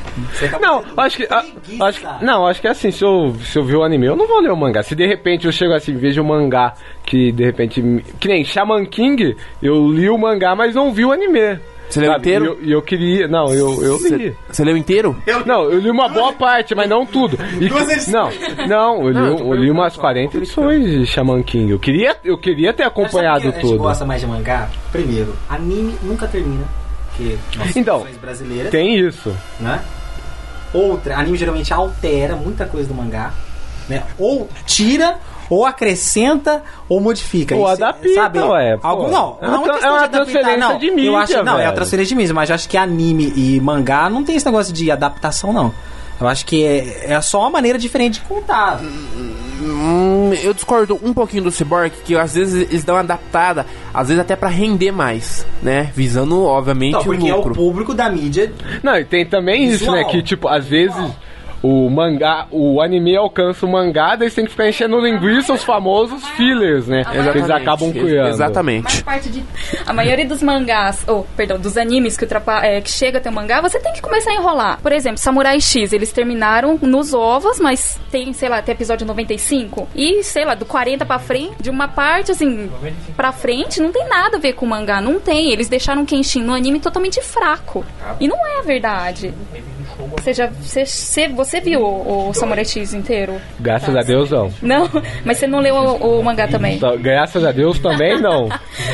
B: Não, acho que, a- acho que- Não, acho que é assim, se eu, se eu ver o anime, eu não vou ler o mangá. Se de repente eu chego assim, vejo um mangá que de repente. me- Que nem Shaman King, eu li o mangá, mas não vi o anime.
L: Você leu
B: sabe?
L: inteiro?
B: E eu, e eu queria. Não, eu, eu li.
L: Você leu inteiro?
B: Não, eu li uma boa parte, mas não tudo. E-
L: Duas edições.
B: não, não, eu li, um,
L: Não, eu tô
B: eu li umas 40 edições de Shaman King. Eu queria, eu queria ter acompanhado
G: Sabe por que A gente
B: tudo.
G: gosta mais de mangá? Primeiro, anime nunca termina. Porque nossas
B: Então,
G: produções brasileiras.
B: Tem isso.
G: Né? Outra, anime geralmente altera muita coisa do mangá. Né? Ou tira, ou acrescenta, ou modifica.
B: Ou
G: Isso,
B: adapta,
G: sabe?
B: ué, pô.
G: Algum, não,
B: É uma
G: não questão
B: tra- é uma
G: de adaptar,
B: transferência
G: não.
B: de mídia,
G: Eu acho, não, é uma
B: velho.
G: transferência de mídia, mas eu acho que anime e mangá não tem esse negócio de adaptação, não. Eu acho que é, é só uma maneira diferente de contar.
L: Hum, eu discordo um pouquinho do Cyborg, que às vezes eles dão uma adaptada, às vezes até pra render mais, né? Visando, obviamente,
G: Não, porque
L: o lucro.
G: é o público da mídia.
B: Não, e tem também isso,
G: Visual.
B: né? Que, tipo, às vezes o mangá, o anime alcança o mangá, daí você tem que ficar enchendo linguiça os famosos fillers, né? Que eles
L: Exatamente.
B: acabam criando.
L: Exatamente.
C: parte de. A maioria dos mangás, ou, perdão, dos animes que, ultrapa, é, que chega até o mangá, você tem que começar a enrolar. Por exemplo, Samurai X, eles terminaram nos ovos, mas tem, sei lá, até episódio 95. E, sei lá, do 40 pra frente, de uma parte, assim, pra frente, não tem nada a ver com o mangá. Não tem. Eles deixaram o Kenshin no anime totalmente fraco. E não é a verdade. Você, já, você, você, você viu o, o Samurai X inteiro?
B: Graças a Deus, não.
C: Não, mas você não leu o, o mangá também.
B: Tá, Graças a Deus também não.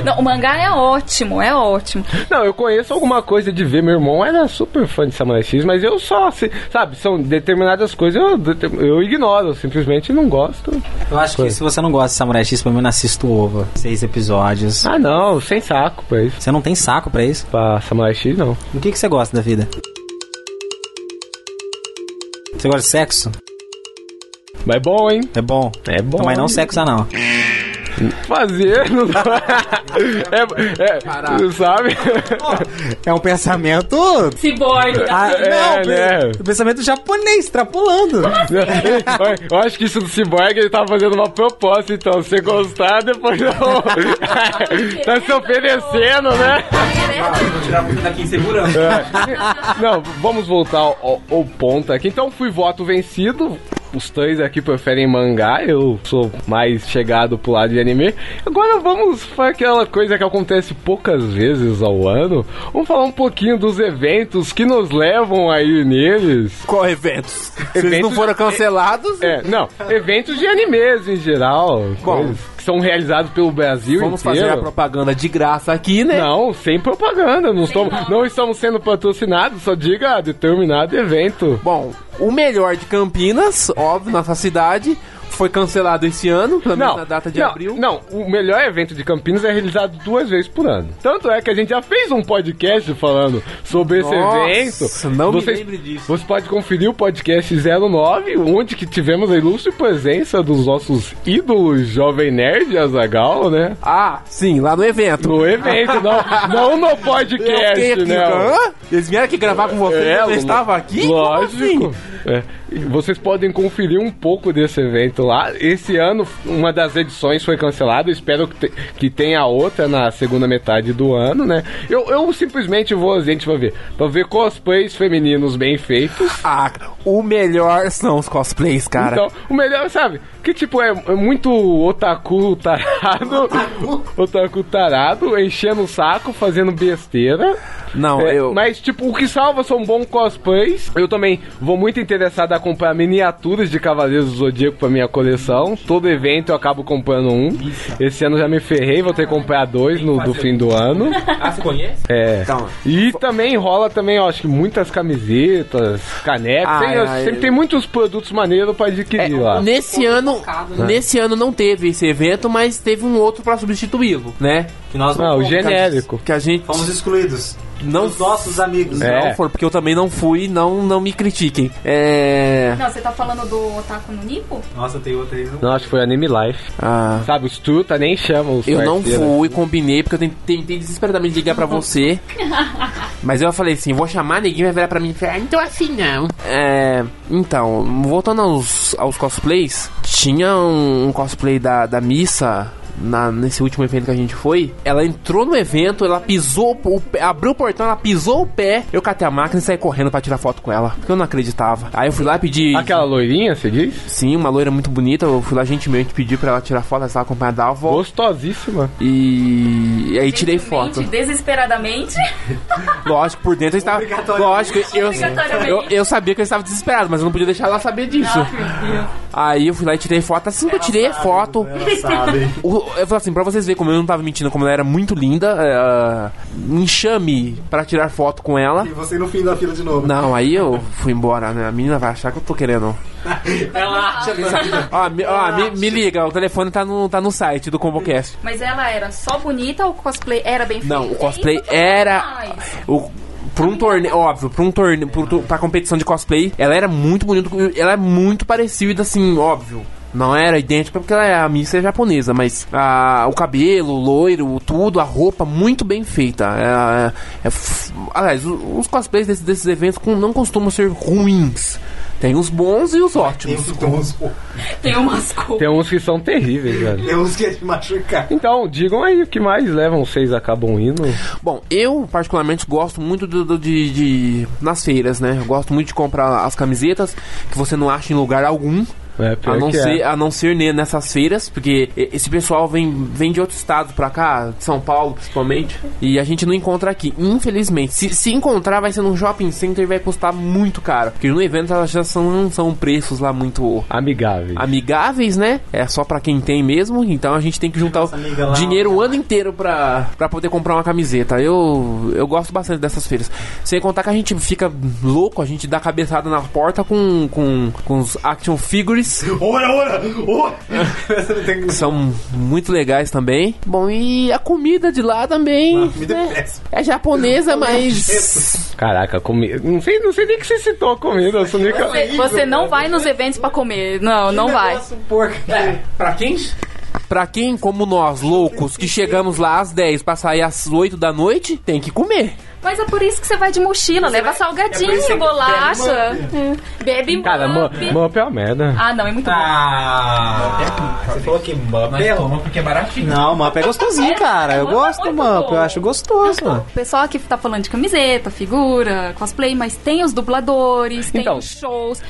C: Não, o mangá é ótimo, é ótimo.
B: Não, eu conheço alguma coisa de ver. Meu irmão era super fã de Samurai X, mas eu só, assim, sabe, são determinadas coisas eu, deter- eu ignoro, eu simplesmente não gosto.
G: Eu acho que se você não gosta de Samurai X, pelo menos assista o OVA. Seis episódios.
B: Ah, não, sem saco pra isso.
G: Você não tem saco pra isso?
B: Pra Samurai X, não.
G: Do que, que você gosta da vida? Você gosta de sexo?
B: Mas é bom, hein?
G: É bom.
B: É bom.
G: mas não sexo anal.
B: Fazer, não É, é, sabe?
G: É um pensamento.
C: Cyborg.
G: Ah,
B: É,
G: não,
B: né?
G: o pensamento japonês, extrapolando.
B: Eu acho que isso do Cyborg ele tá fazendo uma proposta, então. Se você gostar, depois não. tá se oferecendo, né?
G: Vou
L: um
G: tirar você daqui em segurança.
B: É. Não, vamos voltar ao, ao ponto aqui. Então, fui voto vencido. Os três aqui preferem mangá, eu sou mais chegado pro lado de anime. Agora vamos para aquela coisa que acontece poucas vezes ao ano. Vamos falar um pouquinho dos eventos que nos levam aí neles.
L: Qual eventos? Eles não foram cancelados?
B: É, não, eventos de animes em geral. coisas que são realizados pelo Brasil
L: Vamos
B: inteiro.
L: fazer a propaganda de graça aqui, né?
B: Não, sem propaganda. Não estamos, não estamos sendo patrocinados, só diga determinado evento.
L: Bom, o melhor de Campinas, óbvio, nossa cidade, foi cancelado esse ano, pelo menos na data de
B: não,
L: abril.
B: Não, o melhor evento de Campinas é realizado duas vezes por ano. Tanto é que a gente já fez um podcast falando sobre esse
L: Nossa,
B: evento.
L: não me
B: Vocês-
L: lembre disso.
B: Você pode conferir o podcast 09, onde que tivemos a ilustre presença dos nossos ídolos Jovem Nerd e Azagal, né?
L: Ah, sim, lá no evento.
B: No evento, não, não no podcast,
L: aqui,
B: né?
L: hã? Eles vieram aqui gravar com você,
B: É,
L: eu
B: lo-
L: estava aqui? Como
B: Lógico.
L: assim?
B: É. E Vocês podem conferir um pouco desse evento lá. Esse ano, uma das edições foi cancelada. Espero que, te- que tenha outra na segunda metade do ano, né? Eu, eu simplesmente vou, a gente vai ver. Pra ver cosplays femininos bem feitos.
L: Ah, o melhor são os cosplays, cara.
B: Então, o melhor, sabe? Que tipo, é, é muito otaku tarado. otaku tarado, enchendo o saco, fazendo besteira.
L: Não,
B: É,
L: eu.
B: Mas, tipo, o que salva são bons cosplays. Eu também vou muito interessado a comprar miniaturas de Cavaleiros do Zodíaco pra minha coleção. Todo evento eu acabo comprando um. Esse ano já me ferrei, vou ter que comprar dois no do fim do ano.
L: Ah, você conhece?
B: É.
L: Então.
B: E também rola também, ó, acho que muitas camisetas, canecas.
L: Ai,
B: tem, eu-
L: ai,
B: sempre
L: eu- É,
B: tem muitos produtos maneiros pra adquirir lá.
L: Nesse ano,
B: né?
L: nesse ano não teve esse evento, mas teve um outro pra substituí-lo, né?
G: Que nós
B: Não, o genérico.
L: Que a gente
G: Fomos excluídos.
L: não
G: Dos nossos amigos.
L: Não
G: É.
L: for, porque eu também não fui, não, não me critiquem. É.
C: Não, você tá falando do Otaku no Nipo?
G: Nossa, tem outra aí.
B: Não, acho que foi Anime Life.
L: Ah.
B: Sabe, os truta nem chamam os
L: Eu não
B: parceiros.
L: fui, combinei, porque eu ten- tentei desesperadamente ligar pra você. Mas eu falei assim, vou chamar, ninguém vai virar pra mim e falar, "Ah, então assim não. É, então, voltando aos, aos cosplays, tinha um, um cosplay da, da missa. na- nesse último evento que a gente foi, ela entrou no evento, ela pisou, o pé, abriu o portão, ela pisou o pé. Eu catei a máquina e saí correndo pra tirar foto com ela, porque eu não acreditava. Aí eu fui lá e pedi.
B: Aquela loirinha, você diz?
L: Sim, uma loira muito bonita. Eu fui lá gentilmente pedir pra ela tirar foto, ela estava acompanhada da avó.
B: Gostosíssima.
L: E, e aí tirei foto.
C: Desesperadamente.
L: Lógico, por dentro eu estava. Lógico, eu,
C: Obrigatoriamente.
L: eu, eu sabia que eu estava desesperado, mas eu não podia deixar ela saber disso. Aí eu fui lá e tirei foto. Assim que eu tirei a foto.
G: sabe.
L: O- eu falei assim, pra vocês verem como eu não tava mentindo, como ela era muito linda, é, enxame pra tirar foto com ela.
G: E você no fim da fila de novo.
L: Não, aí eu fui embora, né? A menina vai achar que eu tô querendo.
G: Ela acha que
L: Ó, me, ó, me- me liga, o telefone tá no, tá no site do ComboCast.
C: Mas ela era só bonita ou o cosplay era bem feito?
L: Não, o cosplay
C: Isso que
L: era.
C: faz.
L: O, pra um torneio, óbvio, pra um torneio, pro tu- pra competição de cosplay, ela era muito bonita, ela é muito parecida, assim, óbvio. Não era idêntica porque ela é a Miss é japonesa, mas a, o cabelo, o loiro, tudo, a roupa muito bem feita. É, é, f- aliás, o- os cosplays desses, desses eventos com- não costumam ser ruins. Tem os bons e os ótimos.
C: Tem umas coisas.
B: Tem uns que são terríveis, velho.
G: uns que te machucar.
B: Então, digam aí o que mais levam, vocês um acabam indo.
L: Bom, eu particularmente gosto muito do, do- de, de- nas feiras, né? Eu gosto muito de comprar as camisetas que você não acha em lugar algum.
B: É, pior
L: A não,
B: que é.
L: ser, a não ser ne- nessas feiras, porque e- esse pessoal vem, vem de outro estado pra cá, de São Paulo principalmente, e a gente não encontra aqui, infelizmente. Se, se encontrar, vai ser num shopping center e vai custar muito caro, porque no evento elas já são, não são preços lá muito
B: amigáveis.
L: Amigáveis, né? É só pra quem tem mesmo, então a gente tem que juntar o
G: lá,
L: dinheiro o ano inteiro pra, pra poder comprar uma camiseta. Eu, eu gosto bastante dessas feiras. Sem contar que a gente fica louco, a gente dá cabeçada na porta com, com, com os action figures.
G: Ora, ora, ora.
L: São muito legais também. Bom, e a comida de lá também. né? É japonesa, mas.
B: Caraca, comi... não, sei, não sei nem que você citou a comida, eu sou nem...
C: Você, você não vai nos eventos pra comer. Não, não vai.
L: é Pra quem? Pra quem, como nós, loucos, que chegamos lá às 10 pra sair às 8 da noite, tem que comer.
C: Mas é por isso que você vai É de mochila, leva salgadinho,
L: isso que
C: bolacha. É. Bebe mup.
B: Cara, Mup é uma merda.
C: Ah, não, é muito
G: Ah, você falou que Mup é
L: ruim porque é baratinho.
D: Não, Mup é gostosinho, cara. Eu gosto do Mup, eu acho gostoso.
C: bom. O pessoal aqui tá falando de camiseta, figura, cosplay, mas tem os dubladores, tem
B: Então,
C: os shows,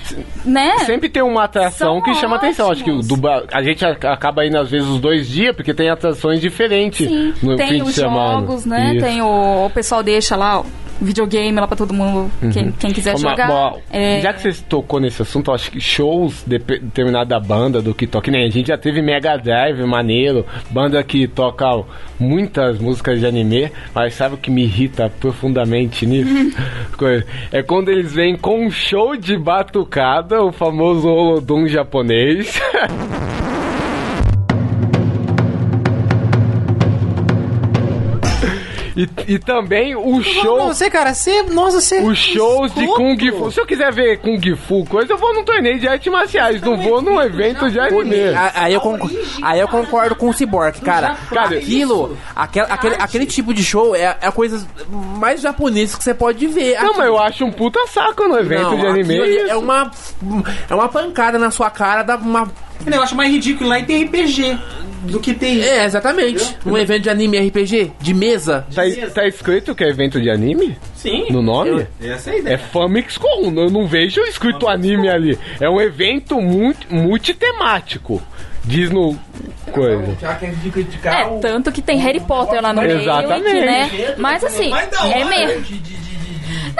C: né?
B: Sempre tem uma atração
C: São
B: que chama atenção. Acho que o dubla- a gente a- acaba indo às vezes os dois dias, porque tem atrações diferentes
C: Sim,
B: no
C: tem
B: fim de
C: os
B: semana.
C: jogos, né?
B: Isso.
C: Tem o, o pessoal deixa lá o videogame lá pra todo mundo, quem,
B: Uhum.
C: quem
D: Tá
C: quiser
B: Mas,
C: jogar.
B: bom,
C: É,
B: Já que você tocou nesse assunto, eu acho que shows de determinada banda do que toca. que Nem a gente já teve Mega Drive, maneiro, banda que toca muitas músicas de anime, mas sabe o que me irrita profundamente nisso? Coisa- é quando eles vêm com um show de batucada, o famoso Holodum japonês. E, e também o show.
D: Não, você, cara, você. Nossa, você.
B: Os shows de Kung Fu. Se eu quiser ver Kung Fu, coisa, eu vou num torneio de artes marciais.
D: tá
B: Não vou num evento de anime.
L: A- Aí eu, concordo, aí eu concordo com o Cyborg, cara.
B: Cara,
L: aquilo, aquel- aquele, aquele tipo de show é, é a coisa mais japonesa que você pode ver.
B: Não, mas eu acho um puta saco no evento
L: Não,
B: de
L: aquilo
B: anime.
L: ali
B: isso.
L: É uma, é uma pancada na sua cara, dá uma.
G: O negócio é mais ridículo lá e tem RPG do que tem.
L: É, exatamente. Um evento de anime RPG, de mesa.
B: Tá, tá escrito que é evento de anime?
G: Sim.
B: No nome?
G: Eu- essa é a ideia.
B: É Famicom, eu não vejo escrito anime ali. É um evento multi- multitemático. Diz no. coisa.
L: Já que a gente criticar
C: É, tanto que tem Harry Potter lá no meio,
B: Exatamente.
C: que, né? Mas assim, é mesmo.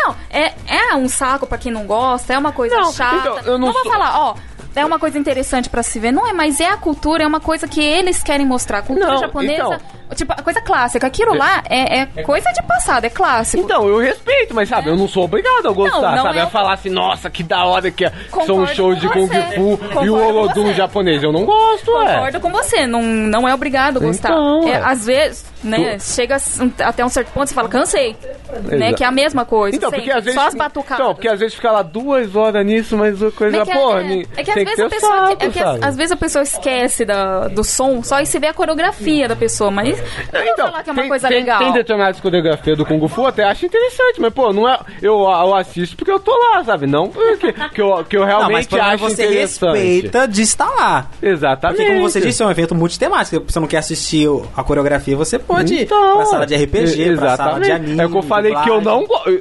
C: Não, é, é um saco pra quem não gosta, é uma coisa chata.
B: então, eu não
C: vou
B: sou-
C: falar, ó. É uma coisa interessante pra se ver, não é? Mas é a cultura, é uma coisa que eles querem mostrar. A cultura
B: Não,
C: japonesa,
B: então.
C: tipo, a coisa clássica. Aquilo lá é, é coisa de passado, é clássico.
B: Então, eu respeito, mas sabe, eu não sou obrigado a gostar,
C: Não, não
B: sabe?
C: é
B: A
C: o-
B: falar assim, nossa, que da hora que é. são
C: Concordo
B: shows de Kung
C: com você.
B: Fu e
C: Concordo
B: o
C: com
B: Holodum
C: você.
B: japonês. Eu não gosto, é.
C: Concordo com você, não, não é obrigado a gostar.
B: Então,
C: É,
B: é.
C: às vezes, né, chega s- um- até um certo ponto e fala, cansei. né?
B: Exato.
C: Que é a mesma coisa.
B: Então, porque
C: sempre,
B: às vezes.
C: Só as batucadas.
B: Então, porque às vezes fica lá duas horas nisso, mas uma coisa,
C: Mas que é-
B: porra,
C: é,
B: ni-
C: é que às
B: tem
C: vezes
B: ter
C: a
B: o
C: pessoa
B: saco,
C: é que às,
B: sabe?
C: às vezes a pessoa esquece da, do som só e se vê a coreografia da pessoa, mas não vou falar que é uma coisa
B: Então, tem,
C: legal.
B: Tem determinadas coreografias do Kung Fu, até acho interessante, mas, pô, não é, eu, eu assisto porque eu tô lá, sabe? Não porque que eu, que eu
G: não, mas
B: realmente
G: pelo menos
B: acho
G: você
B: interessante.
L: Tá,
G: respeita de estar lá.
B: Exatamente.
G: Porque, como você disse, é um evento multitemático. Se você não quer assistir o- a coreografia, você pode ir
B: Então,
G: pra sala de RPG, pra sala de
B: exatamente.
G: anime.
B: É o que eu falei que eu
G: dublagem.
B: não.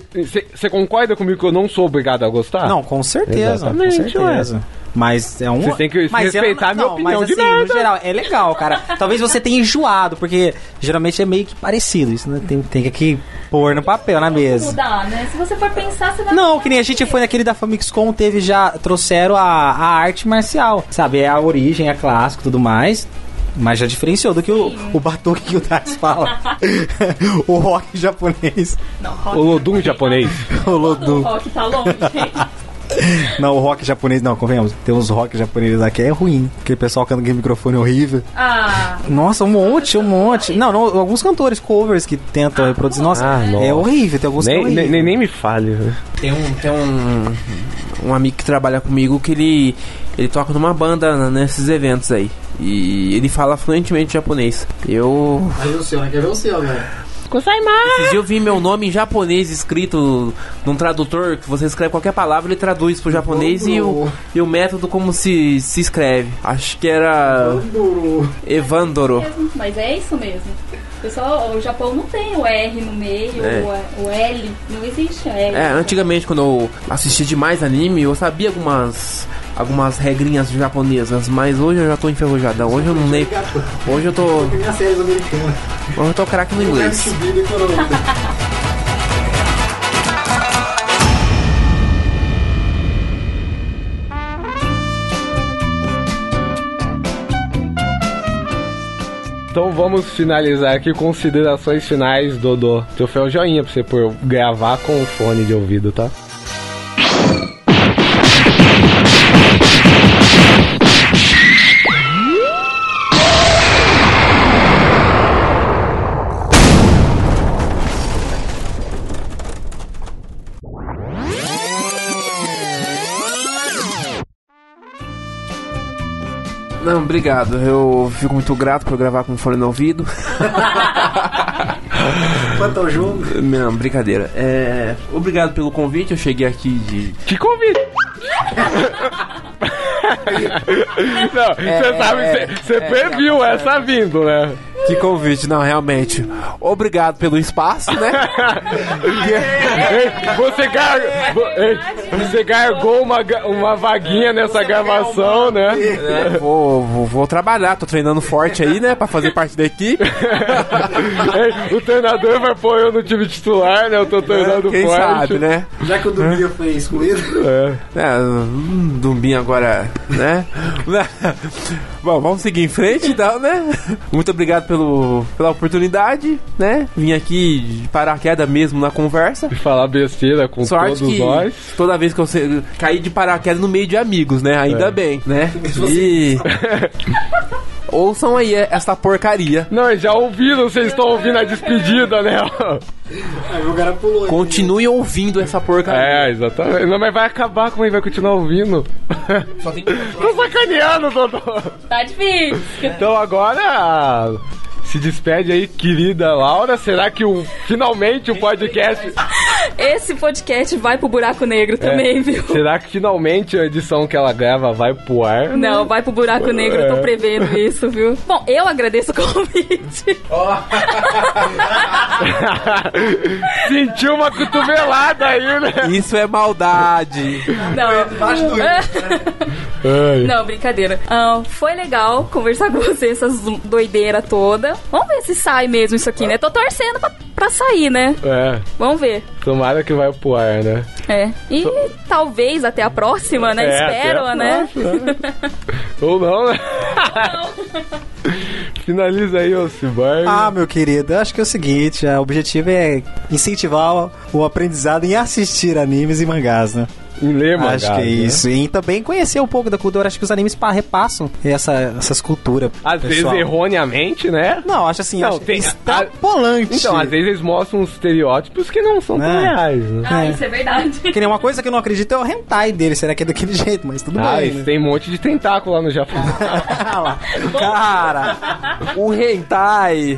B: Você concorda comigo que eu não sou obrigado a gostar?
G: Não, com certeza, com
B: Exatamente, ué.
G: certeza. Mas é um.
B: Vocês têm que
G: Mas eu
B: respeitar a minha
G: não-
B: opinião
G: mas,
B: de
G: assim,
B: merda.
G: No geral, é legal, cara. Talvez você tenha enjoado, porque geralmente é meio que parecido. Isso né? tem, tem que pôr no papel na mesa.
C: Mudar, né? Se você for pensar, você vai
G: Não, que nem a gente foi naquele da Famicom, teve já. Trouxeram a, a arte marcial. Sabe, é a origem, é clássico e tudo mais. Mas já diferenciou do que o, o batuque que o Dax fala. o rock japonês.
B: O Lodum japonês.
G: o Lodum.
C: é rock tá longe.
G: Não, o rock japonês, não, convenhamos. Tem uns rock japoneses lá que é ruim. Aquele pessoal cantando com microfone horrível.
C: Ah,
G: Nossa, um monte, um monte. Não, não, alguns cantores, covers que tentam reproduzir. Nossa, é horrível. Tem alguns que é
B: Ah, nem,
G: horrível.
B: nem, nem, nem me fale. né?
L: Tem um, tem um, um amigo que trabalha comigo que ele, ele toca numa banda n- nesses eventos aí. E ele fala fluentemente japonês. Eu.
O: Aí o seu, né? Quer ver o seu, velho?
L: Esses dias eu vi meu nome em japonês escrito num tradutor que você escreve qualquer palavra ele traduz pro japonês e o, e o método como se, se escreve. Acho que era. Evandoro.
C: mesmo, mas é isso mesmo. Pessoal, o Japão não tem o R no meio,
L: É.
C: o, o L, não existe L.
L: É, antigamente quando eu assistia demais anime, eu sabia algumas algumas regrinhas japonesas, mas hoje eu já tô enferrujadão. Hoje eu não lembro. Hoje eu tô, hoje
O: Minha série americana.
L: eu tô craque no inglês.
B: Então vamos finalizar aqui considerações finais, Dodô. Troféu joinha pra você por gravar com o fone de ouvido, tá?
L: Não, obrigado. Eu fico muito grato por gravar com fone no ouvido.
O: Quanto ao jogo.
L: Não, brincadeira. É, obrigado pelo convite. Eu cheguei aqui de
B: Que convite! Não, você
L: É,
B: sabe,
L: é,
B: você você
L: é,
B: previu essa vindo, né?
L: Que convite, não, realmente. Obrigado pelo espaço, né?
B: Ei, você,
L: É,
B: gar... ei, você gargou uma, ga- uma vaguinha nessa gravação, né?
L: É, vou, vou, vou trabalhar, tô treinando forte aí, né? Pra fazer parte da equipe. né?
B: Ei, o treinador vai pôr eu no time titular, né? Eu tô treinando
L: Quem
B: forte.
L: sabe, né?
O: Já que o Dumbia foi excluído.
L: É, hum, Dumbinho agora, né? Bom, vamos seguir em frente então, né? Muito obrigado pelo, pela oportunidade, né? Vim aqui de paraquedas mesmo na conversa.
B: Falar besteira com
L: Sorte
B: todos
L: que
B: nós.
L: toda vez que eu se- caí de paraquedas no meio de amigos, né? Ainda
B: É.
L: bem, né? E... Ouçam aí essa porcaria.
B: Não, já ouviram, vocês estão ouvindo a despedida, né?
O: Aí o cara pulou.
L: Continue ouvindo essa porcaria.
B: É, exatamente. Não, mas vai acabar, como ele vai continuar ouvindo?
L: Só tem
B: Tô sacaneando, Dodô!
C: Tá difícil.
B: Então agora se despede aí, querida Laura. Será que o, finalmente o podcast.
C: Esse podcast vai pro buraco negro também,
B: É,
C: viu?
B: será que finalmente a edição que ela grava vai pro ar?
C: Não, vai pro
B: É.
C: buraco negro, eu tô prevendo isso, viu? Bom, eu agradeço o convite.
B: Sentiu uma cotovelada aí, né?
L: Isso é maldade.
C: Não. É. né? Não, brincadeira. Ah, foi legal conversar com você essas doideiras toda. Vamos ver se sai mesmo isso aqui, né? Tô torcendo pra, pra sair, né?
B: É,
C: Vamos ver.
B: tomara que vai pro ar, né?
C: É. E talvez até a próxima, né?
B: É,
C: Espero,
B: até a
C: né?
B: Ou não, né? Finaliza aí, ô Cyborg.
G: Ah, meu querido, eu acho que é o seguinte: é, o objetivo é incentivar o aprendizado em assistir animes e mangás, né?
B: Em ler mangá.
G: Acho que é
B: né?
G: isso. E também conhecer um pouco da cultura. Acho que os animes pá, repassam essa, essas culturas.
B: Às
G: pessoal.
B: vezes erroneamente, né?
G: Não, acho assim,
B: não,
G: acho
B: tem,
G: extrapolante.
B: a- Então, às vezes eles mostram uns estereótipos que não são tão
G: É.
B: reais, né?
C: Ah, isso é verdade.
G: Que nem uma coisa que eu não acredito é o hentai dele. Será que é daquele jeito? Mas tudo
B: Ah,
G: bem.
B: eles
G: né? Ah,
B: têm um monte de tentáculo lá no Japão.
L: Cara, o hentai.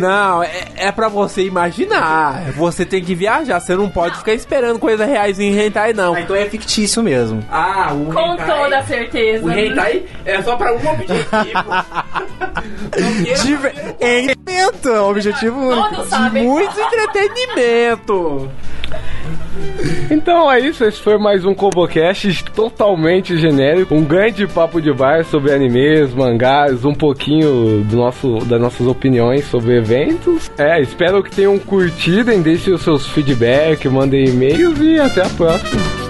L: Não, é, é pra você imaginar. Você tem que viajar, você não pode ficar esperando coisas reais em hentai, não.
G: então é fictício mesmo.
L: Ah, o
C: Com toda certeza.
L: O hentai é só pra um objetivo.
G: Diver... Entretenimento, é um objetivo único.
C: sabem.
L: Muito entretenimento.
B: Então é isso, esse foi mais um Cobocast totalmente genérico, um grande papo de bar sobre animes, mangás, um pouquinho do nosso, das nossas opiniões sobre eventos. É, espero que tenham curtido, deixem os seus feedback, mandem e-mails e até a próxima.